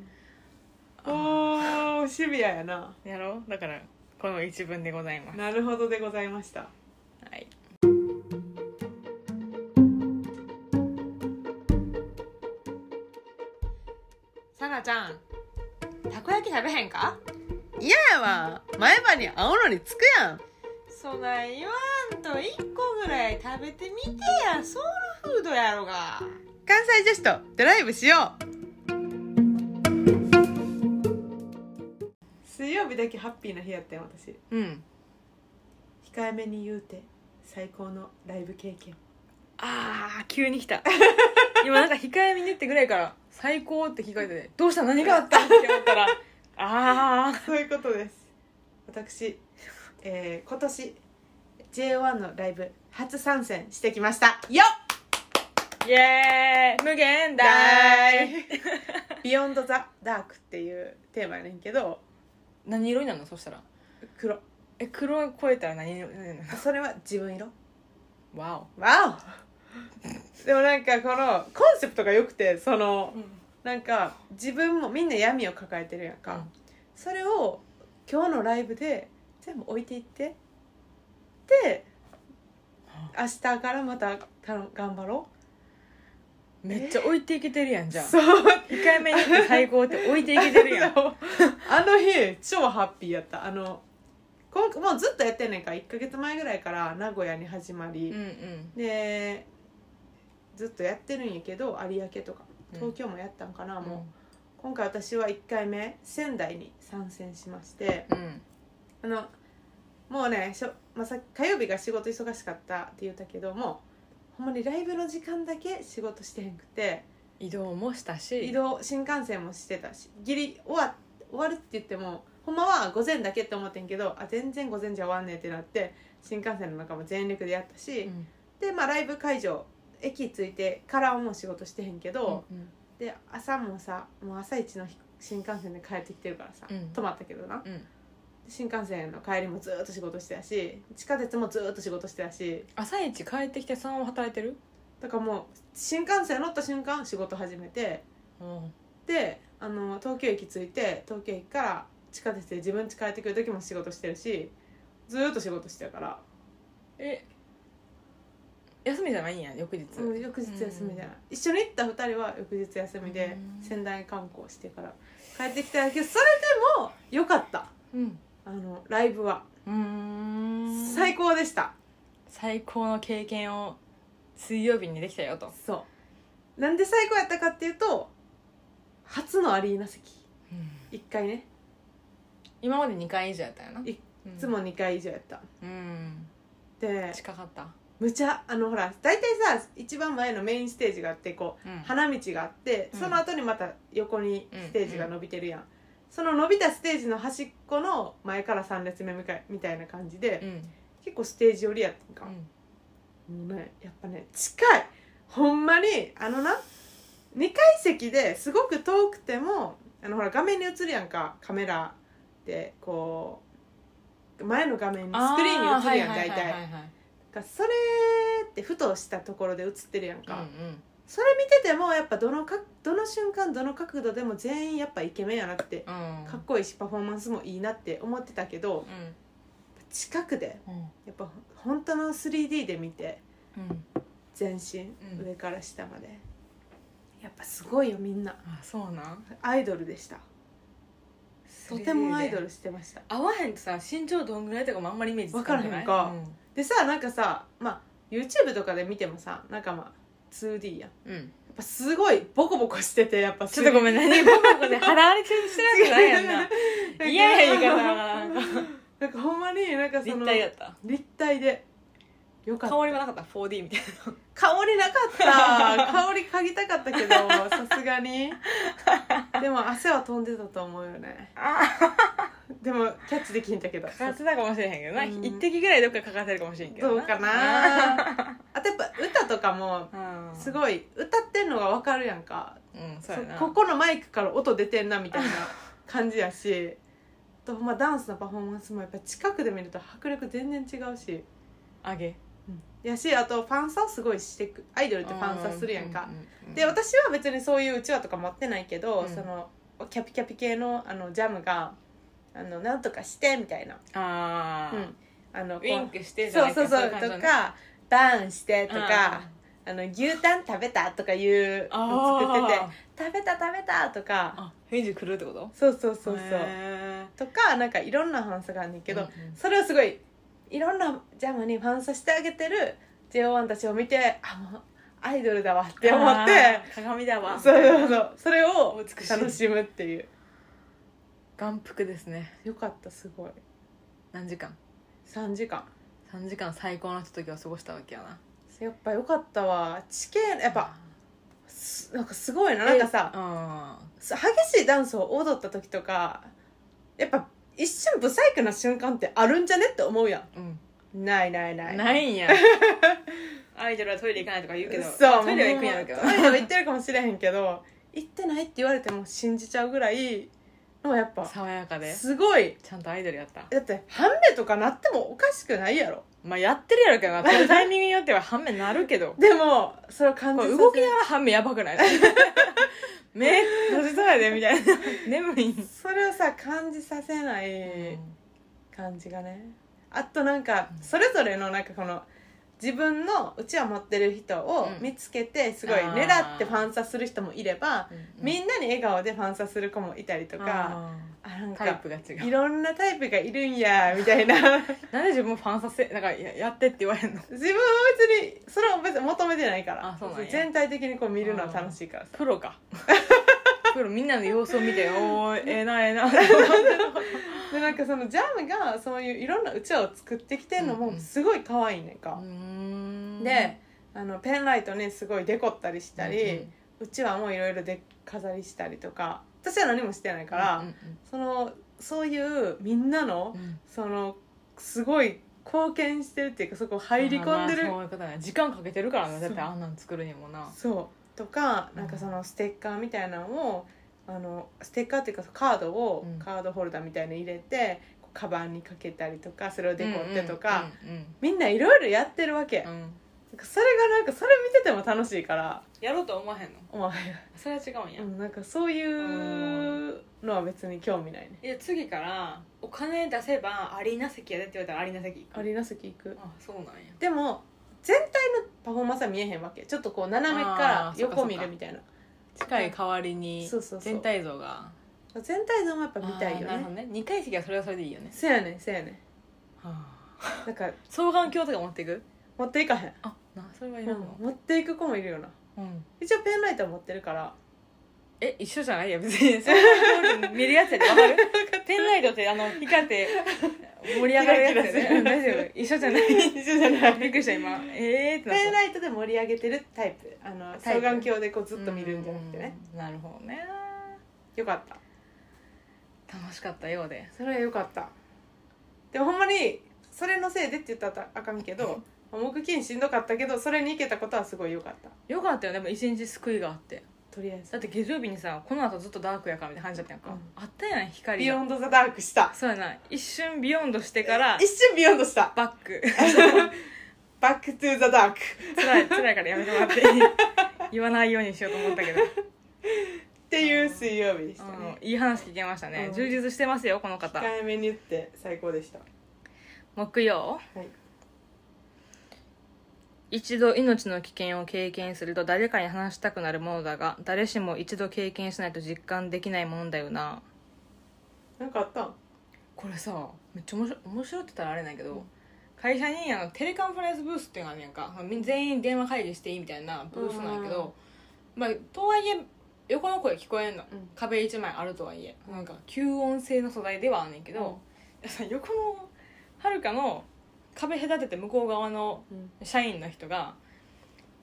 おおーシビアやな
やろうだからこの一文でございます
なるほどでございました
はいさなちゃんたこ焼き食べへんか
嫌やわ前歯に青のりつくやん
そない言わんと一個ぐらい食べてみてやソウルフードやろが
関西女子とドライブしよう水曜日だけハッピーな日やったよ私
うん
控えめに言うて最高のライブ経験
あー急に来た 今なんか控えめに言ってぐらいから最高って聞こえててどうした何があったって思ったらあー
そういうことです私、えー、今年 J1 のライブ初参戦してきましたよっ
イエーイ無限大
「ビヨンド・ザ・ダーク」っていうテーマやねんけど
何色になるのそしたら
黒
え黒を超えたら何色になる
それは自分色
のわ
わおでもなんかこのコンセプトが良くてその
お、うん
なんか自分もみんな闇を抱えてるやんか、それを今日のライブで全部置いていってで明日からまたたの頑張ろ
めっちゃ置いていけてるやん
う
じゃあ
そう
控えめに 言って最高って置いていけてるやん
そうあの日超ハッピーやったあの今もうずっとやってんねんから1か月前ぐらいから名古屋に始まり、
うんうん
でずっとやってるんやけど有明とか
うん
東京もやったんかな、もう
も
今回私は1回目仙台に参戦しまして
ううん
あのもうねしょ、まあ、さ火曜日が仕事忙しかったって言ったけどもほんまにライブの時間だけ仕事してへんくて
移動もしたし
移動新幹線もしてたしギリ終わ終わるって言ってもほんまは午前だけって思ってんけどあ全然午前じゃ終わんねえってなって新幹線の中も全力でやったし、
うん
で、まあ、ライブ会場駅着いてからはもう仕事してへんけど、
うん
で朝もさもう朝一の新幹線で帰ってきてるからさ、
うん
泊まったけどな
うん
新幹線の帰りもずーっと仕事してたし地下鉄もずーっと仕事してたし
朝一帰ってきてそのまま働いてる
だからもう新幹線乗った瞬間仕事始めて
うん
であの東京駅着いて東京駅から地下鉄で自分家帰ってくる時も仕事してるしずーっと仕事してたから、
え休みじゃないんや翌日
もう翌日休みじゃない、一緒に行った2人は翌日休みで
うん
仙台観光してから帰ってきたけどそれでも良かった
うん
あのライブは
うーん
最高でした、
最高の経験を水曜日にできたよと、
そうなんで最高やったかっていうと初のアリーナ席1回ね
今まで2回以上やったよないうん
いつも2回以上やった、
うん
で
近かった、
むちゃあのほら大体さ一番前のメインステージがあってこう
うん
花道があって
うん
その後にまた横にステージが伸びてるやん、その伸びたステージの端っこの前から3列目みかいみたいな感じで、
うん
結構ステージ寄りやったんか、もうねやっぱね近いほんまにあのな2階席ですごく遠くてもあのほら画面に映るやんかカメラでこう前の画面にスクリーンに映るやん
あ
大
はいはい
体
はいはい
がそれってふとしたところで映ってるやんか、
はい
それ見ててもやっぱどのかどの瞬間どの角度でも全員やっぱイケメンやなって
うんうんうん
かっこいいしパフォーマンスもいいなって思ってたけど近くで
うん
やっぱ本当の 3D で見て
うん
全身、
うん
上から下までやっぱすごいよみんな
あそうなん
アイドルでしたとてもアイドルしてました
合わへんとさ身長どんぐらいとかもあんまりイメージつく
わからへんでさなんかさまあ YouTube とかで見てもさなんかまあ 2D やんや
うんうん
っぱすごいボコボコしててやっぱ
ちょっとごめん 何僕ここで腹荒れしてるわけないやんな 嫌や言い方がなんか
なんかほんまになんかその
立体やった
立体でよかった
香りはなかった 4D みたい
香りなか った香り嗅ぎたかったけどさすがにでも汗は飛んでたと思うよね
な
でもキャッチできんだけど
かかってたかもしれへんけどな、
うん
一滴ぐらいどっかかかってるかもしれんけど
どう かなあとやっぱ歌とかも
うん
すごい歌ってんのが分かるやんか
うんそうやな
そここのマイクから音出てんなみたいな感じやしあと、まあ、ダンスのパフォーマンスもやっぱ近くで見ると迫力全然違うし、
あげ
やしあとファンサをすごいしてくアイドルってファンサするやんか、
うううん
で私は別にそういううちわとか持ってないけど、
うん
そのキャピキャピ系のあのジャムが「あのなんとかして」みたいな
あ
う
ー、
んあのこ
ウィンクしてじゃ
そ
な
うそ
いけ
う
ど
そう
い
と
感じだね
か「バーンして」と
う
か
ん
「あの牛タン食べた」とかいうの
あ
作ってて
ー
「食べた食べた」とか
あ返事来るってこと
そうそうそうそう
へ
とかなんかいろんなファンサがあるんだ
ー
けど、
うんうん
それをすごいいろんなジャムにファンサしてあげてる JO1 たちを見てあもうアイドルだわって思って
あー鏡だ わ
そうそうそうそれを
美しい
楽しむっていう
眼福ですね
よかったすごい
何時間
3時間
3時間最高のひとときを過ごしたわけやな
やっぱよかったわ地形や
や
っぱすなんかすごいななんかさ
うん
す激しいダンスを踊った時とかやっぱ一瞬ブサイクな瞬間ってあるんじゃねって思うや
うん
んないないない
ないんや アイドルはトイレ行かないとか言うけど
そう
トイレは行くんやろうけど
もうトイレは行ってるかもしれへんけど行ってないって言われても信じちゃうぐらいのやっぱ
爽やかです
ごい
ちゃんとアイドルやった
だって半目とかなってもおかしくないやろ
まあやってるやろけど なこのタイミングによっては半目なるけど
でもそれを感
こ
じ
れ
さ
動き
せ
ながら半目やばくない 目閉じそうやでみたいな眠い、
それをさ感じさせない感じがねあとなんか
うん
それぞれのなんかこの自分のうちわ持ってる人を
うん
見つけてすごい
あー
狙ってファンサする人もいれば、み
なん
なに笑顔でファンサする子もいたりとかあなん
タイ
か
プが違
いうろんなタイプがいるんやみ たいな
なんで自分ファンさせなんかややってって言われるの
自分は別にそれは別に求めてないから
あそうなんや
全体的にこう見るのは楽しいからさ
プ ロかプロみんなの様子を見 ておーええなええな
でなんかそのジャムがそういういろんなうちわを作ってきてんの
うん
も
うん
すごい可愛いねんか、で
で
あのペンライトねすごいデコったりしたり、
うん
うちわもいろいろで飾りしたりとか私は何もしてないから、
うん
そのそういうみんなの
うんうん
そのすごい貢献してるっていうかそこ入り込んでる
あーまあそういうことね時間かけてるからなだって
そう
あんなん作るにもな
そうとか
うん
なんかそのステッカーみたいなのをあのステッカーっていうかカードを
うん
カードホルダーみたいに入れて、こうカバンにかけたりとかそれをデコってとか、
うんうん
みんないろいろやってるわけ、
うんうん
なんかそれがなんかそれ見てても楽しいから
やろうとは思わへんの
お前
それは違うんや
うんなんかそういうのは別に興味ないね
いや次からお金出せばアリーナ席やでって言われたらアリーナ席行く
アリーナ席行く
あそうなんや
でも全体のパフォーマンスは見えへんわけちょっとこう斜めか
あ
ら
ー
横
そっかそっ
見
か
るみたいな
近い代わりに
そうそうそう
全体像が
全体像もやっぱ見たいよ
あーなるほ
ね
どね2階席はそれはそれでいいよね
せやねんせやねんなんか
双眼鏡とか持っていく
持っていかへん、
あなそれはい
うん
らんの、
持っていく子もいるよな
うん、
一応ペンライター持ってるから
え一緒じゃないいや別に双眼鏡で見るやつやで分かる ペンライトってあの光って 盛り上がるや
キ
つや
ラキラする
でうん大丈夫一緒じゃない
一緒じゃない
びっくりした今えーってなっ
ペン
た
ライトで盛り上げてるタイプあの
タ
双
イプ
眼鏡でこうずっと見るんじゃなくてね
うんなるほどね
よかった
楽しかったようで
それはよかったでもほんまにそれのせいでって言ったらあかんけど木金しんどかったけどそれに行けたことはすごいよかった
よかったよでも一日救いがあって
とりあえず
だって月曜日にさこの後ずっとダークやからみたいな話だったやんか、
うん
あったやん光
ビヨ
が
ンド・ザ・ダークした
そうやな一瞬ビヨンドしてから
一瞬ビヨンドした
バック
バック・トゥ・ザ・ダーク
辛い辛いからやめてもらっていい 言わないようにしようと思ったけど、
っていう水曜日でした
うん
ね
いい話聞けましたね、
うん
充実してますよこの方
控えめに言って最高でした
木曜
はい
一度命の危険を経験すると誰かに話したくなるものだが誰しも一度経験しないと実感できないものだよな
なんかあったん
これさめっちゃ面白い面白いって言ったらあれなんやけど、
うん
会社にあのテレカンファレンスブースっていうのがあるやんかみん全員電話会議していいみたいなブースなんやけど、まあ、とはいえ横の声聞こえんの、
うん
壁一枚あるとはいえ、
うん
なんか吸音性の素材ではあんねんけど、さ横のはるかの壁隔てて向こう側の
うん
社員の人が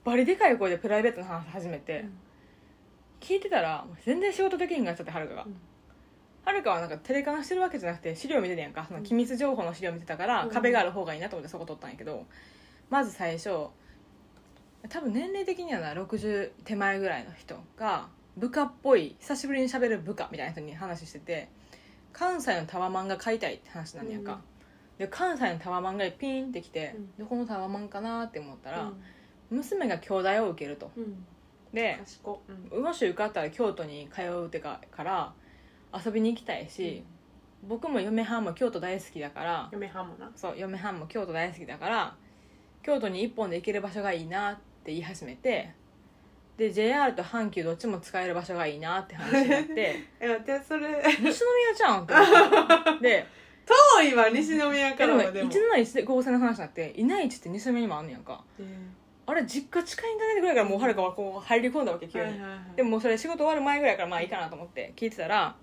バリでかい声でプライベートの話始めて、
うん
聞いてたら全然仕事できんがっちゃってはるかが、
うん
はるかはなんかテレカンしてるわけじゃなくて資料見てるやんかその機密情報の資料見てたから、
うん
壁がある方がいいなと思ってそこ取ったんやけどまず最初多分年齢的にはな60手前ぐらいの人が部下っぽい久しぶりに喋る部下みたいな人に話してて関西のタワマンが買いたいって話なんやんか、
うん
で関西のタワマンがピンってきて、
うん
どこのタワマンかなって思った、
から
娘が京大を受けると
うん
で
賢うん
もし受かったら京都に通うてかから遊びに行きたいし、僕も嫁はんも京都大好きだから、
嫁はんもな
そう嫁はんも京都大好きだから京都に一本で行ける場所がいいなって言い始めてで JR と阪急どっちも使える場所がいいなって話になって
え待ってそれ
西宮じゃんって思ってで
遠いわ西宮
で
から
も
はでも
171で合成の話になっていないちって西宮にもあんねやんか
うん
あれ実家近いんだねぐらいからもうはるかはこう入り込んだわけ急に、
はいはいはい
でももうそれ仕事終わる前ぐらいからまあいいかなと思って聞いてたら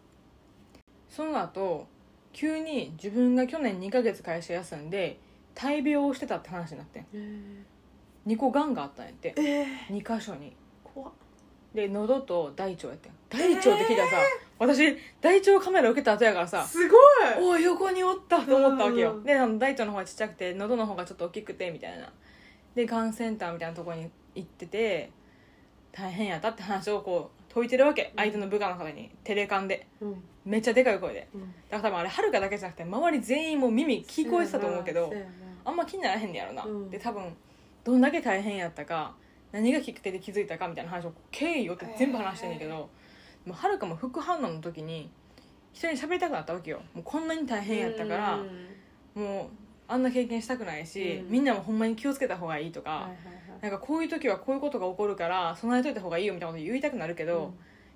その後急に自分が去年2ヶ月会社休んで大病をしてたって話になってん
えー
2個がんがあったんやって
え
2箇所に
ー怖っ
で喉と大腸やってん大腸って聞いたらさ、私大腸カメラ受けた後やからさ
すごい
おー横におったと思ったわ
う
け
んう
よ
ん
であの大腸の方がちっちゃくて喉の方がちょっと大きくてみたいなでがんセンターみたいなところに行ってて大変やったって話をこう解いてるわけ相手の部下の方にテレカンで
うん
めっちゃでかい声で
うん
だから多分あれはるかだけじゃなくて周り全員もう耳聞こえてたと思うけど
せやなせやな
あんま気にならへんねやろな、
うん
で多分どんだけ大変やったか何がきっかけで気づいたかみたいな話を経緯をって全部話してんねんけど、でもはるかも副反応の時に人に喋りたくなったわけよもうこんなに大変やったから、
うん
もうあんな経験したくないし、
うん
みんなもほんまに気をつけた方がいいとか、
はいはいはい
なんかこういう時はこういうことが起こるから備えといた方がいいよみたいなこと言いたくなるけど、
うん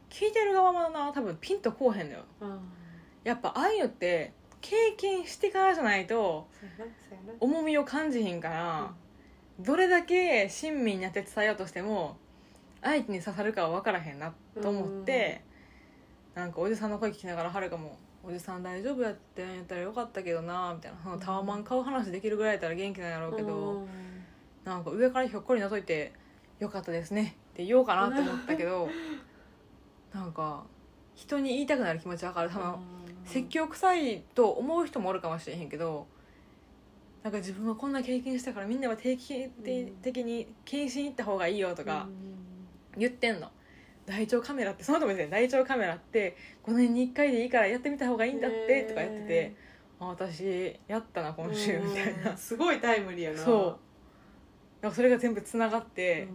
聞いてる側もな多分ピンとこうへんのよ
あ
やっぱああいうのって経験してからじゃないと
ーそうやなそうやな
重みを感じひんから、どれだけ親身になって伝えようとしても相手に刺さるかは分からへんなと思って、なんかおじさんの声聞きながらはるかも「おじさん大丈夫やってんやったらよかったけどな」みたいなそのタワマン買う話できるぐらいやったら元気なんやろうけ
う
ど、
ん
なんか上からひょっこり覗いて「よかったですね」って言おうかなと思ったけどなんか人に言いたくなる気持ちわかる多分説教臭いと思う人もおるかもしれへんけどなんか自分はこんな経験したからみんなは定期
うん
的に検診行った方がいいよとか
うん
言ってんの、大腸カメラってそのともですね大腸カメラって5年に1回でいいからやってみた方がいいんだってとかやってて、あ私やったな今週みたい
うん
な
すごいタイムリーやな
そうなんかそれが全部つながって、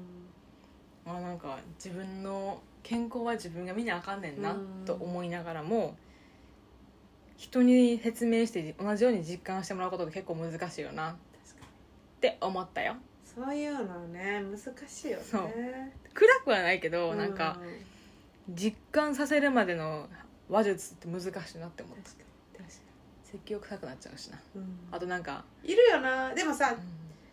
う
まあなんか自分の健康は自分が見なあかんねんな
うん
と思いながらも人に説明して同じように実感してもらうことって結構難しいよなっ
ん確かに
て思ったよ
そういうのね難しいよね
そう暗くはないけど、
う
なんか実感させるまでの話術って難しいなって思っ
確
た
かに確か
説教臭くなっちゃうしな
に、うん
あとなんか、
いるよなでもさ
う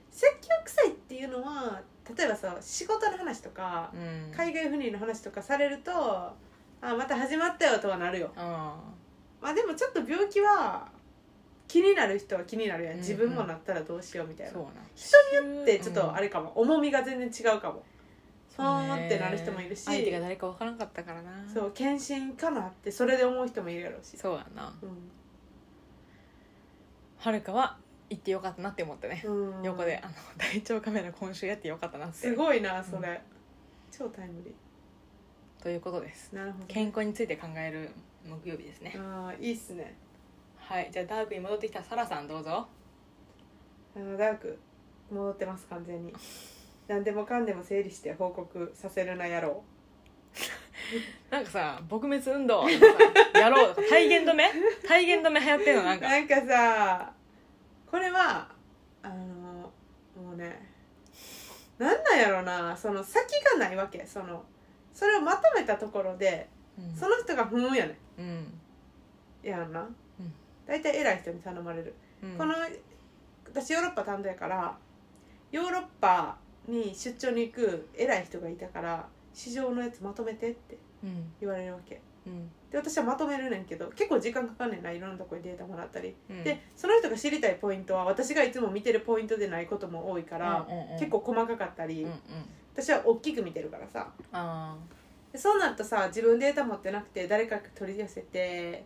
説教臭いっていうのは例えばさ仕事の話とか、
んうん、
海外赴任の話とかされるとあまた始まったよとはなるよ
あ
まあでもちょっと病気は気になる人は気になるやん、
うん
自分もなったらどうしようみた
あ
いな
そうな
人によってちょっとあ
れ
れかも、重みが全然違うかもふーんってなる人もいるし
相手が誰か分からんかったからな
そう献身かなってそれで思う人もいるやろうし
そうやな
う
はるかは行ってよかったなって思ったね、
ん、うん、
横であの 大腸カメラ今週やってよかったなって
すごいなそれ、超タイムリ
ということです
ーなるほど
健康について考える木曜日ですね、
あーいいっすね
はいじゃあダークに戻ってきたサラさんどうぞ
あのダーク戻ってます完 全に何でもかんでも整理して報告させるな野郎
なんかさ撲滅運動とかさ やろうとか体現止め体現止め流行ってるのなんか
なんかさこれはあのもうねなんなんやろなその先がないわけそのそれをまとめたところで
うん
その人が不運やね
うん
んやんな、
うん
大体偉い人に頼まれる
うん
この私ヨーロッパ担当やからヨーロッパに出張に行く偉い人がいたから市場のやつまとめてって
うん
言われるわけ
うん
で私はまとめるねんけど結構時間かかんねんないろんなとこにデータもらったり、
うん
でその人が知りたいポイントは私がいつも見てるポイントでないことも多いから、
うんうんうん
結構細かかったり、
うんうん
私は大きく見てるからさ
あ
でそうなるとさ自分データ持ってなくて誰か取り寄せて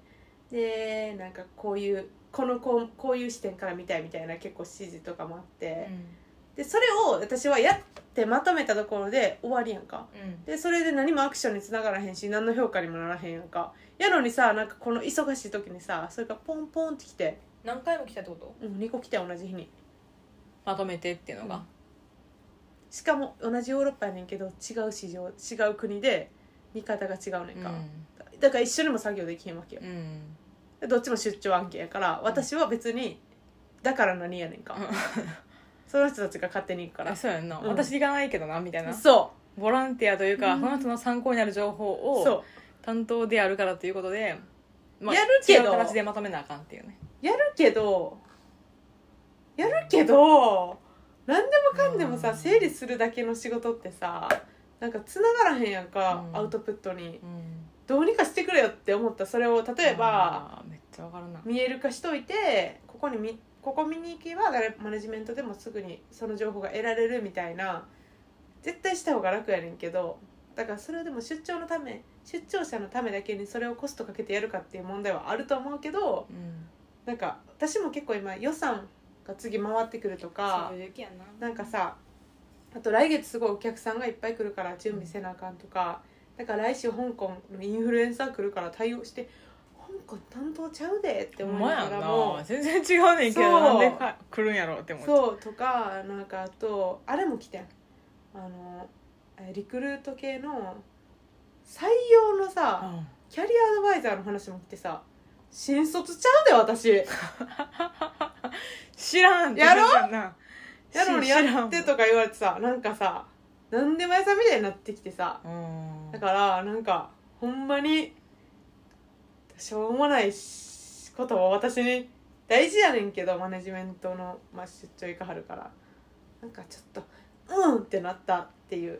でなんかこういうこのこうこういう視点から見たいみたいな結構指示とかもあっ
ー
て
う、ん
でそれを私はやってまとめたところで終わりやんか
うん
でそれで何もアクションにつながらへんし何の評価にもならへんやんかやのにさなんかこの忙しい時にさそれがポンポンってきて
何回も来たってこと
うん2個来て同じ日に
まとめてっていうのが、
しかも同じヨーロッパやねんけど違う市場違う国で見方が違うねんか、だから一緒にも作業できへんわけよ
うんうん
どっちも出張案件やから私は別にだから何やねんか、
うん
その人たちが勝手に行くか
あ
ら
そうやんな、
うん
私行かないけどなみたいな
そ
ボランティアというか、
うん
その人の参考になる情報
う
を
そ
担当であるからということで、
やるけど
違う形でまとめなあかんっていうね
うやるけどやるけど何でもかんでも
う
さ
ん
整理するだけの仕事ってさなんか繋がらへんやんか、
うん
アウトプットに
うん
どうにかしてくれよって思ったそれを例えば
あーめっちゃわかるな
見える化しといてここにみここ見に行けば誰マネジメントでもすぐにその情報が得られるみたいな絶対した方が楽やねんけどだからそれをでも出張のため出張者のためだけにそれをコストかけてやるかっていう問題はあると思うけど
うん
なんか私も結構今予算が次回ってくるとか
そういう時やな
なんかさあと来月すごいお客さんがいっぱい来るから準備せなあかんとかだから来週香港のインフルエンサー来るから対応して香港担当ちゃうでって
ほ
思
ん
い
ま
な
や
が
ん
らも
な全然違うねんけど
そう
なんでか来るんやろうって思っちゃう
そうとかなんかあとあれも来てんあのえリクルート系の採用のさ
ん
キャリアアドバイザーの話も来てさ新卒ちゃうで私や
知らん
やろ
うや
のにやってとか言われてさなんかさ何でも屋さんみたいになってきてさ
うん
だからなんかほんまにしょうもないしことは私に大事やねんけどマネジメントの、まあ、出張行かはるからなんかちょっとうんってなったっていう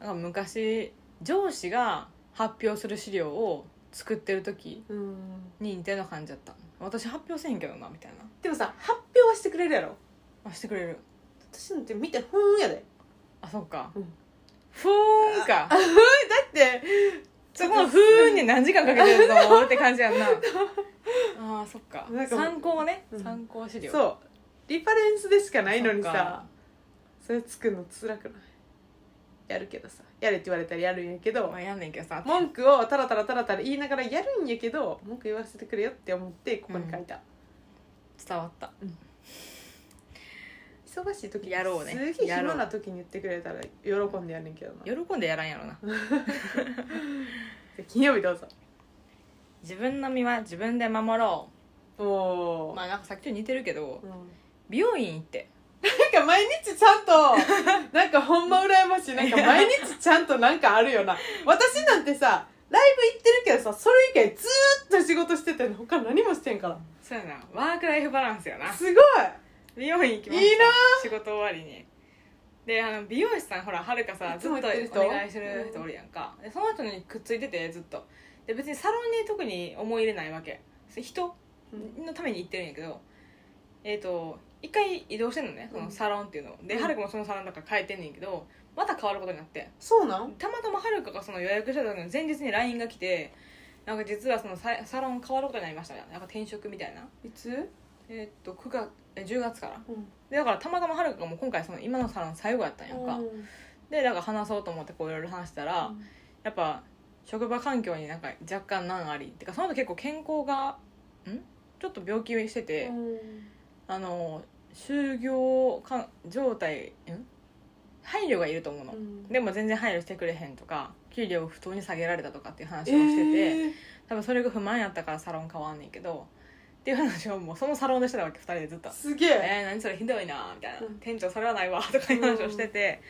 なんか昔上司が発表する資料を作ってる時
うん
に似たような感じだった私発表せへんけどなみたいな、
でもさ発表はしてくれるやろ
あ、してくれる
私なんて見てふーんやで
あそっか、
うん
ふーん
だ
か
って
そこのふーんに何時間かけてると思うって感じ やんなあーそっか
なんか
参考ね、
うん
参考資料う
そうリファレンスでしかないのに
そっ
さ
か
それ作るの辛くないやるけどさやれって言われたらやるんやけど、
まあやんねんけどさ
文句をタラタラタラタラ言いながらやるんやけど文句言わせてくれよって思ってここに書いた、
伝わった
忙しい時に
やろうね
すげえ
やろう
暇な時に言ってくれたら喜んでやるんけどな
喜んでやらんやろな
金曜日どうぞ
自分の身は自分で守ろ
お
う
お、
まあなんかさっきと似てるけど
うん
美容院行って
なんか毎日ちゃん となんかほんま羨ましいなんか毎日ちゃんとなんかある よな私なんてさライブ行ってるけどさそれ以外ずーっと仕事してて他何もしてんから
そうやなワークライフバランスやな
すごい
美容院行きました
いいな
仕事終わりにであの美容師さんほらはるかさ
い
ず
つ
っ
も
と
行ってる人
お願いしてる人おるやんかでその人にくっついててずっとで別にサロンに特に思い入れないわけそれ人のために行ってるんやけどえっ、と一回移動してんのねそのサロンっていうのをで
うん
はるかもそのサロンだから変えてんねんけどまた変わることになって
そうなん
たまたまはるかがその予約した時の前日に LINE が来てなんか実はそのササロン変わることになりましたねなんか転職みたいない
つ、
えっ、と9月え10月から
うん、
でだからたまたまはるかがもう今回その今のサロン最後やったんやんか、でだから話そうと思ってこういろいろ話したら、
うん
やっぱ職場環境になんか若干難ありってかその後結構健康がんちょっと病気してて、
うん
あの就業か状態ん配慮がいると思うの、
うん
でも全然配慮してくれへんとか給料を不当に下げられたとかっていう話を
え
してて、
ー
多分それが不満やったからサロン変わんねんけどっていう話をもうそのサロンでしてたわけ2人でずっと
すげえ、
えー、何それひどいなみたいな、
うん
店長それはないわとかいう話をしてて、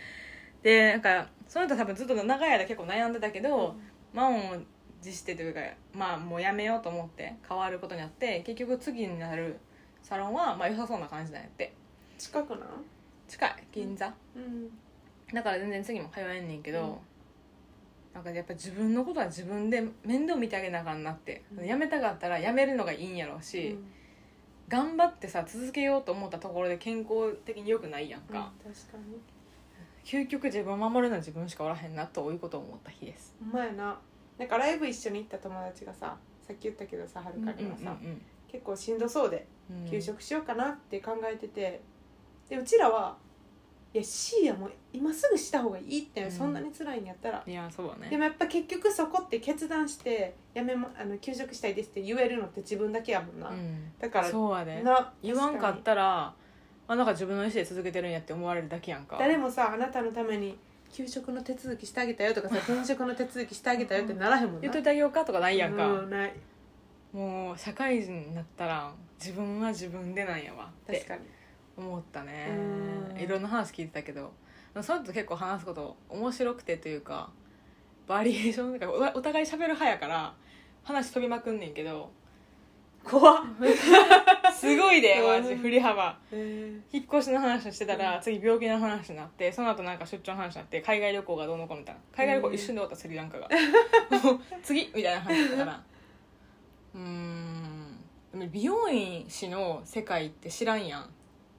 でなんかその人多分ずっと長い間結構悩んでたけど、満を持してというかまあもうやめようと思って変わることになって結局次になるサロンはまあ良さそうな感じなんやって
近くな
近い銀座、
うん
だから全然次も通えんねんけど、
うん
なんかやっぱ自分のことは自分で面倒見てあげなあかんなって、
うん
やめたかったらやめるのがいいんやろうし、頑張ってさ続けようと思ったところで健康的に良くないやん
うん、確
か
か、に
究極自分を守るのは自分しかおらへんなということを思った日です
ほんまやななんかライブ一緒に行った友達がささっき言ったけどさはるかにはさ、結構しんどそうで
うん
休職しようかなって考えてて、でうちらはいや C やもう今すぐした方がいいって、
うん
そんなに辛いんやったら
いやそうだ
で
ね
もやっぱ結局そこって決断してやめ、ま、あの休職したいですって言えるのって自分だけやもんな、
うん
だから
そうやで
な
言わんか
確に
ったらあなんか自分の意思で続けてるんやって思われるだけやんか
誰もさあなたのために給食の手続きしてあげたよと かさ転職の手続きしてあげたよってならへんもんな
言っといてあげようかとかないやんか、
うんない
もう社会人になったら自分は自分でなんやわっ
確
て
かに
思ったね
うん
いろんな話聞いてたけどその人と結構話すこと面白くてというかバリエーションなんかおお互い喋る派やから話飛びまくんねんけど
怖っ、
すごいで
うん
マジ振り幅
え
引っ越しの話をしてたら、
う
次病気の話になってその後なんか出張の話になって海外旅行がどうのこうのみたいな海外旅行一瞬で終わったスリランカがもう 次みたいな話だったからうーんでも美容院師の世界って知らんやん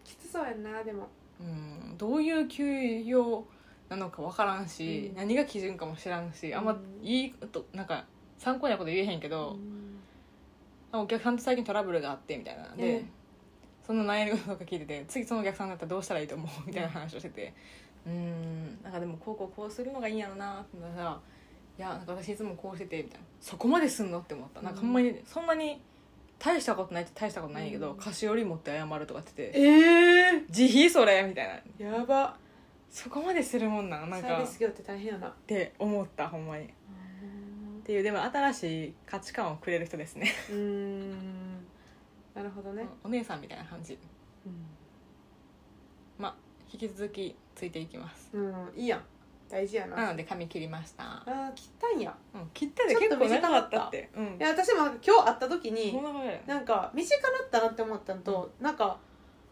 きつそうやんなでも
うんどういう給与なのか分からんし、
うん
何が基準かも知らんしあん
う
ま
ん
いいことなんか参考になこと言えへんけど、
うん
お客さんと最近トラブルがあってみたいなで、
ええ
その悩み事とか聞いてて次そのお客さんだったらどうしたらいいと思うみたいな話をしててうんなんかでもこうこうこうするのがいいんやろなって言ったらいやなんか私いつもこうしててみたいなそこまですんのって思ったなんかほんまにそんなに大したことないって大したことないんやけど、
うん
菓子折り持って謝るとかってて
え
慈悲それみたいな
えやば
そこまでするもんなんなん
サー
か
ビス業って大変やな
って思ったほんまに
うん
ていうでも新しい価値観をくれる人ですね
うーんなるほどね、
お姉さんみたいな感じ
う
まあ引き続きついていきます
んうん、いいやん大事やな
なので髪切りました、
あー切ったんや
うん、切ったで結構長かったってうん
いや私も今日会った時に
そんなことない
なんか短なったなって思ったのと、なんか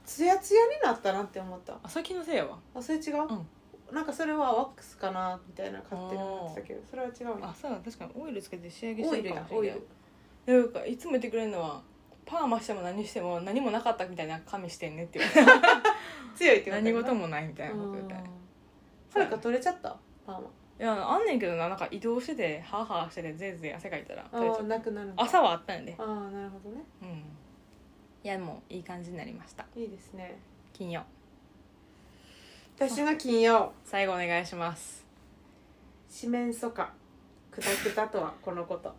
ツヤツヤになったなって思った
あそれ気のせいやわ
あそれ違う、
うん
なんかそれはワックスかなみたいな勝手に思ってたけどそれは違う
あ
な
そうだ確かにオイルつけて仕上げし
オ
て
イ
る
ル
か
や
もし
オイ
れない
ル
なんかいつも言ってくれるのはパーマしても何しても何もなかったみたいな髪してんねっていう
強いって
何事
も
もないみたいなこと言ったい
はるか取れちゃったパーマ
やあんねんけどななんか移動しててハーハーしててぜいぜい汗かいたら
あ
取れちゃ
ー
っ
なくなるん
た
だ
朝はあったんやで
ああなるほどね
うんいやもういい感じになりました
いいですね
金曜
私の金曜
最後お願いします
四面楚歌くたくたとはこの こと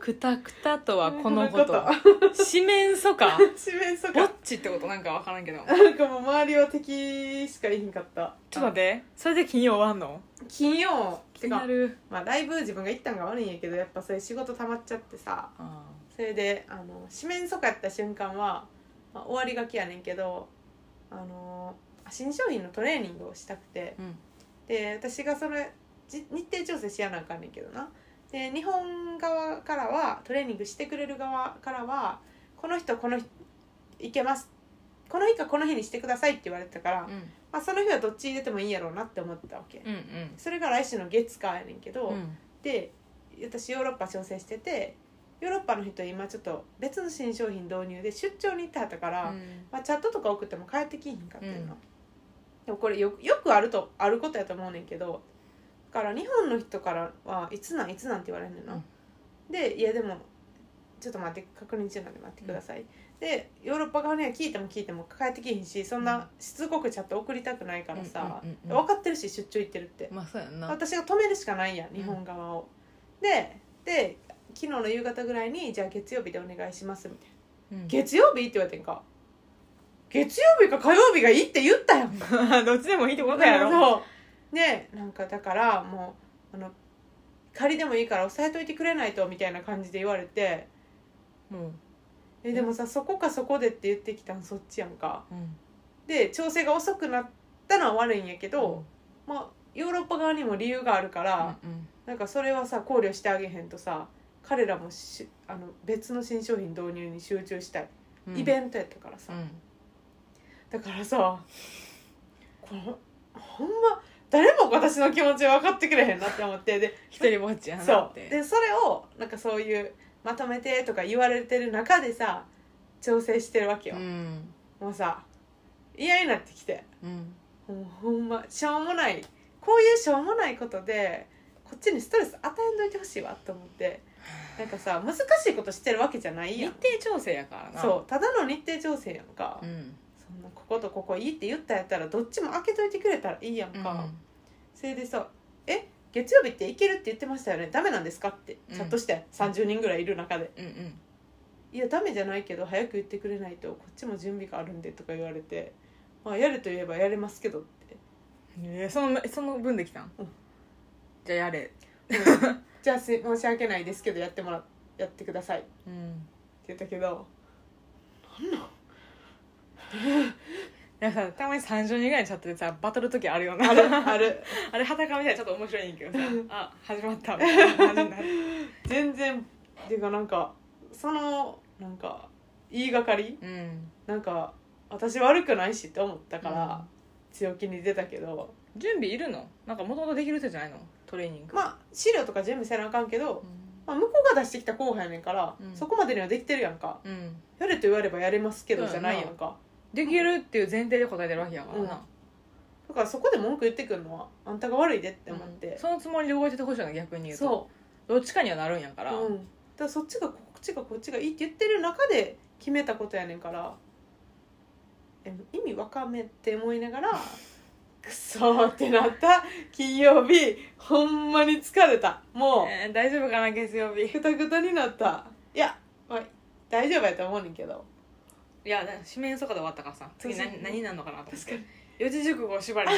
くたくたとはこ のこと四面楚歌
四面楚
ぼっ
歌
ちってことなんかわからんけどちょっ
なんかもう周りは敵しかいひんかった
と待ってそれで金曜終わんの
金曜てか
る
まあライブ自分が行ったんが悪いんやけどやっぱそれ仕事溜まっちゃってさ
あ
それであの四面楚歌やった瞬間は、まあ、終わりがけやねんけどあの新商品のトレーニングをしたくて
ーうん
で私がそれじ日程調整しやなあかんねんけどなで日本側からはトレーニングしてくれる側からはこの人この人いけますこの日かこの日にしてくださいって言われてたから、
うん
まあ、その日はどっち入れてもいいやろうなって思ってたわけ、
うん
それが来週の月火やねんけど、
うんうん
で私ヨーロッパ調整しててヨーロッパの人今ちょっと別の新商品導入で出張に行ってはったから、
うん
まあ、チャットとか送っても帰ってきひんかったよな、
うん
でもこれよよくあるとあることやと思うねんけどだから日本の人からはいつなんいつなんって言われるのな、
うん
でいやでもちょっと待って確認中なんで待ってください、でヨーロッパ側には聞いても聞いても帰ってきひんしそんなしつこくチャット送りたくないからさ、
うんうんうんうん
分かってるし出張行ってるって、
まあそうやんな
私が止めるしかないやん日本側を、でで昨日の夕方ぐらいに「じゃあ月曜日でお願いします」みたいな
うん
「月曜日?」って言われてんか月曜日か火曜日がいいって言ったやん
どっちでもいいってことやろ
そうでなんかだからもうあの仮でもいいから押さえといてくれないとみたいな感じで言われて
もう
えでもさそこかそこでって言ってきたんそっちやんか
うん
で調整が遅くなったのは悪いんやけど、まあヨーロッパ側にも理由があるから、
うん
なんかそれはさ考慮してあげへんとさ彼らもしあの別の新商品導入に集中したい、
うん
イベントやったからさ、
うん
だからさこのほんま誰も私の気持ち分かってくれへんなって思ってで
一人ぼっちやな
そ
っ
う
て
でそれをなんかそういうまとめてとか言われてる中でさ調整してるわけよ、
うん
もうさ嫌になってきて
うん
もうほんましょうもないこういうしょうもないことでこっちにストレス与えんといてほしいわと思ってなんかさ難しいことしてるわけじゃない
日
やん
程調整やからな
そうただの日程調整やんか、
うん
そんなこことここいいって言ったやったらどっちも開けといてくれたらいいやん
うん
か、それでさ「え月曜日って行けるって言ってましたよねダメなんですか?」って
うん
チャットして、30人ぐらいいる中で
うんうん
「いやダメじゃないけど早く言ってくれないとこっちも準備があるんで」とか言われて「まあやると言えばやれますけど」って
えーそのその分できたん
うん
じゃあやれ
うんじゃあす申し訳ないですけどやってもらやってくださいって
うん
言ったけど
なんかさたまに30人ぐらいのチャットでさバトル時あるよな
あるある
あれ裸みたいなちょっと面白いんやけどさあ始まったみたい な感じになる
全然っていうかなんかそのなんか言いがかり
うん
なんか私悪くないしって思ったから、強気に出たけど
準備いるのなんかもともとできる人じゃないのトレーニング
まあ資料とか準備せなあかんけど、まあ、向こうが出してきた後輩やねんから、
うん
そこまでにはできてるやんか
うんうん
やれと言わればやれますけどじゃないやんか、
できるっていう前提で答えてるわけやからな、
うんだからそこで文句言ってくるのはあんたが悪いでって思っ
うん
て、
そのつもりで動いててほしいよな逆に言うと
そう
どっちかにはなるんやから、
うん、だからそっちがこっちがこっちがいいって言ってる中で決めたことやねんからえ意味わかめって思いながら くそーってなった金曜日ほんまに疲れたも
えー大丈夫かな月曜
う
日
くたくたになったいや、まあ、大丈夫やと思うねんけど
いや四面楚歌で終わったからさ次
そうそう
何何になるのかなと思って
確かに
四字熟語縛り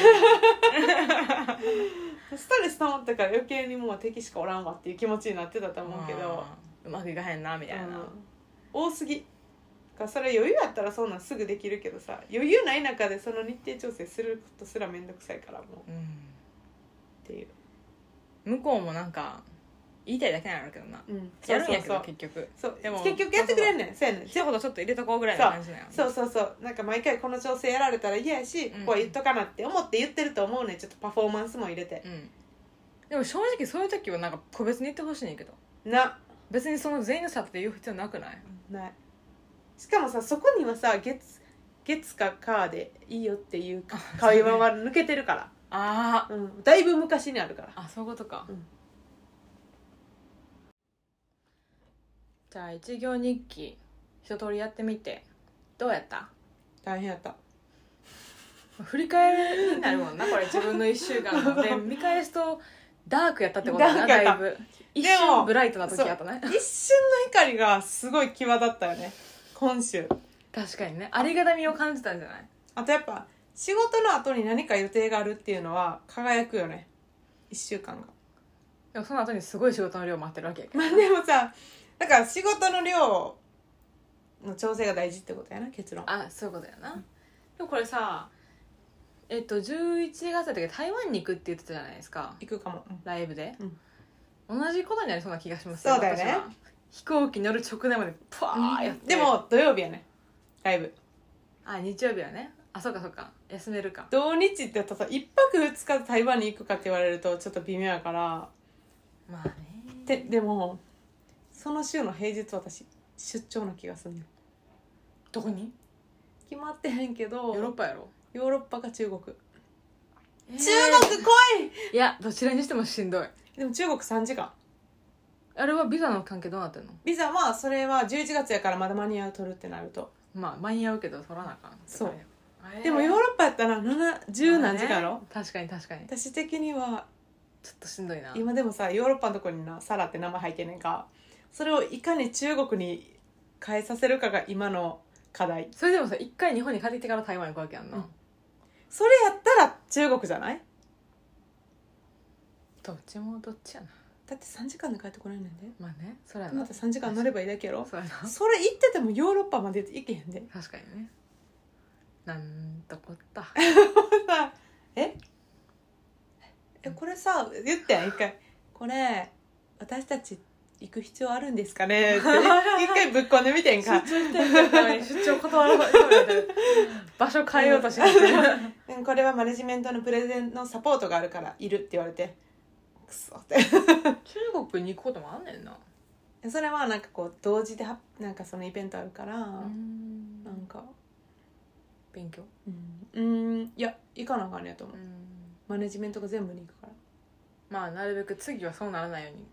ストレス溜まったから余計にもう敵しかおらんわっていう気持ちになってたと思うけど、
うんうまくいかへんなみたいな、
うん多すぎだからそれ余裕あったらそんなんすぐできるけどさ余裕ない中でその日程調整することすら面倒くさいからもうっていう、
うん向こうもなんか言いたいだけなんだけどな
うん、
やるんやけ
そ
ど
う
結局
そう
でも
結局やってくれんねんそうやねん
一言ちょっと入れとこうぐらいの感じなんや
そうそうそうなんか毎回この調整やられたら嫌やし、
うん
こう言っとかなって思って言ってると思うねんちょっとパフォーマンスも入れて、
うんでも正直そういう時はなんか個別に言ってほしいねんけど
な
別にその全員の差って言う必要なくない
ないしかもさそこにはさ月月かかでいいよっていうか
あ
会話は抜けてるから
あ
う、ん、だいぶ昔にあるから
ああそういうことか、
うん
じゃあ一行日記一通りやってみてどうやった
大変やった
振り返りになるもんなこれ自分の1週間 ので見返すとダークやったってことだな
ダークや
だ
った
いぶ一
で
瞬
も
ブライトな時やったね
一瞬の光がすごい際立ったよね今週
確かにねありがたみを感じたんじゃない
あとやっぱ仕事の後に何か予定があるっていうのは輝くよね1週間が
でもその後にすごい仕事の量待ってるわけやけど
まあでもさだから仕事の量の調整が大事ってことやな結論
あそういうことやな、でもこれさえっと11月だったけど台湾に行くって言ってたじゃないですか
行くかも、うん
ライブで、
うん
同じことになりそうな気がします
そうだよね
私は飛行機乗る直前までパーやっ
で
て、
も土曜日やねライブ
あ日曜日はねあそうかそうか休めるか
同日ってやったらさ1泊2日で台湾に行くかって言われるとちょっと微妙やから
まあね
ででもその週の平日私出張な気がするねん
どこに
決まってへんけど
ヨーロッパやろ、
ヨーロッパか中国中
えー
国来い
いやどちらにしてもしんどい
でも中国3時間
あれはビザの関係どうなってんの
ビザはそれは11月やからまだ間に合う取るってなると
まあ間に合うけど取らなあかん
そう
あれ
でもヨーロッパやったら7 10何時間や
まあ
ろ
ね確かに確かに
私的には
ちょっとしんどいな
今でもさヨーロッパのとこになサラって名前入ってんねんかそれをいかに中国に変えさせるかが今の課題
それでもさ一回日本に帰ってきてから台湾行くわけやんな、
うんそれやったら中国じゃない
どっちもどっちやな
だって3時間で帰ってこないねんで
まあねそれや
ま
な
た3時間乗ればいいだけやろ
そうやな
それ行っててもヨーロッパまで行けへんで
確かにねなんとこった
さええこれさ言ってん一回これ私たち行く必要あるんですか ねって一回ぶっこんでみてんか
出張断ろう場所変えようとしてる
うんこれはマネジメントのプレゼンのサポートがあるからいるって言われてクソって
中国に行くこともあんねんな
それはなんかこう同時ではなんかそのイベントあるから、
うん
なんか
勉強
うんうんいや行かなあかんねやと思う
うん
マネジメントが全部に行くから
まあなるべく次はそうならないように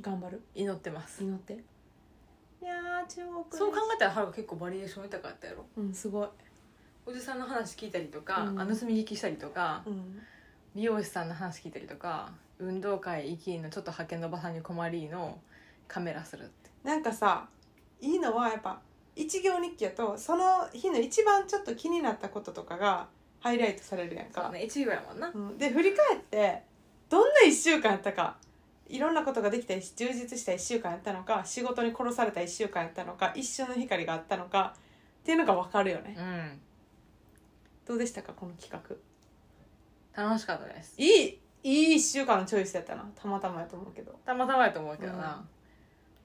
頑張る
祈ってます
祈っていやー中国
そう考えたらハルが結構バリエーション豊かったやろ
うんすごい、
おじさんの話聞いたりとか、
うん
あ盗み聞きしたりとか
うん、
美容師さんの話聞いたりとか運動会行きのちょっと派遣のおばさんに困りのカメラするって
なんかさいいのはやっぱ一行日記やとその日の一番ちょっと気になったこととかがハイライトされるやんか
そうね一部やもんな
うんで振り返ってどんな1週間やったかいろんなことができたり充実した1週間やったのか仕事に殺された1週間やったのか一瞬の光があったのかっていうのが分かるよね
うん
どうでしたかこの企画
楽しかったです
いいいい1週間のチョイスやったなたまたまやと思うけど
たまたまやと思うけどな、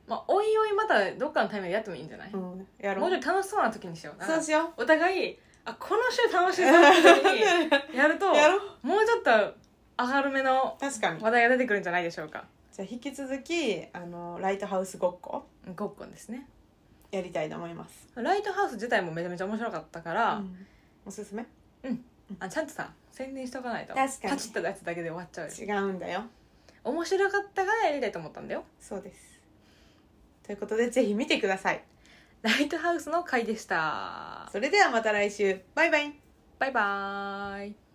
まあおいおいまたどっかのタイミングでやってもいいんじゃない、
うんや
も
ろ
うち
う
ょい楽しそうな時にしよう
そうしよ
お互いあこの週楽し
う
いぞって 時
や
に やると
ろう
もうちょっと明るめの
確かに
話題が出てくるんじゃないでしょうか
じゃあ引き続きあのライトハウスごっこ
ごっこんですね
やりたいと思います
ライトハウス自体もめちゃめちゃ面白かったから、
うんおすすめ
あちゃんとさ宣伝しとかないと
確かに
パチッと出すだけで終わっちゃうよ
違うんだよ
面白かったからやりたいと思ったんだよ
そうですということでぜひ見てください
ライトハウスの回でした
それではまた来週バイバイ
バイバーイ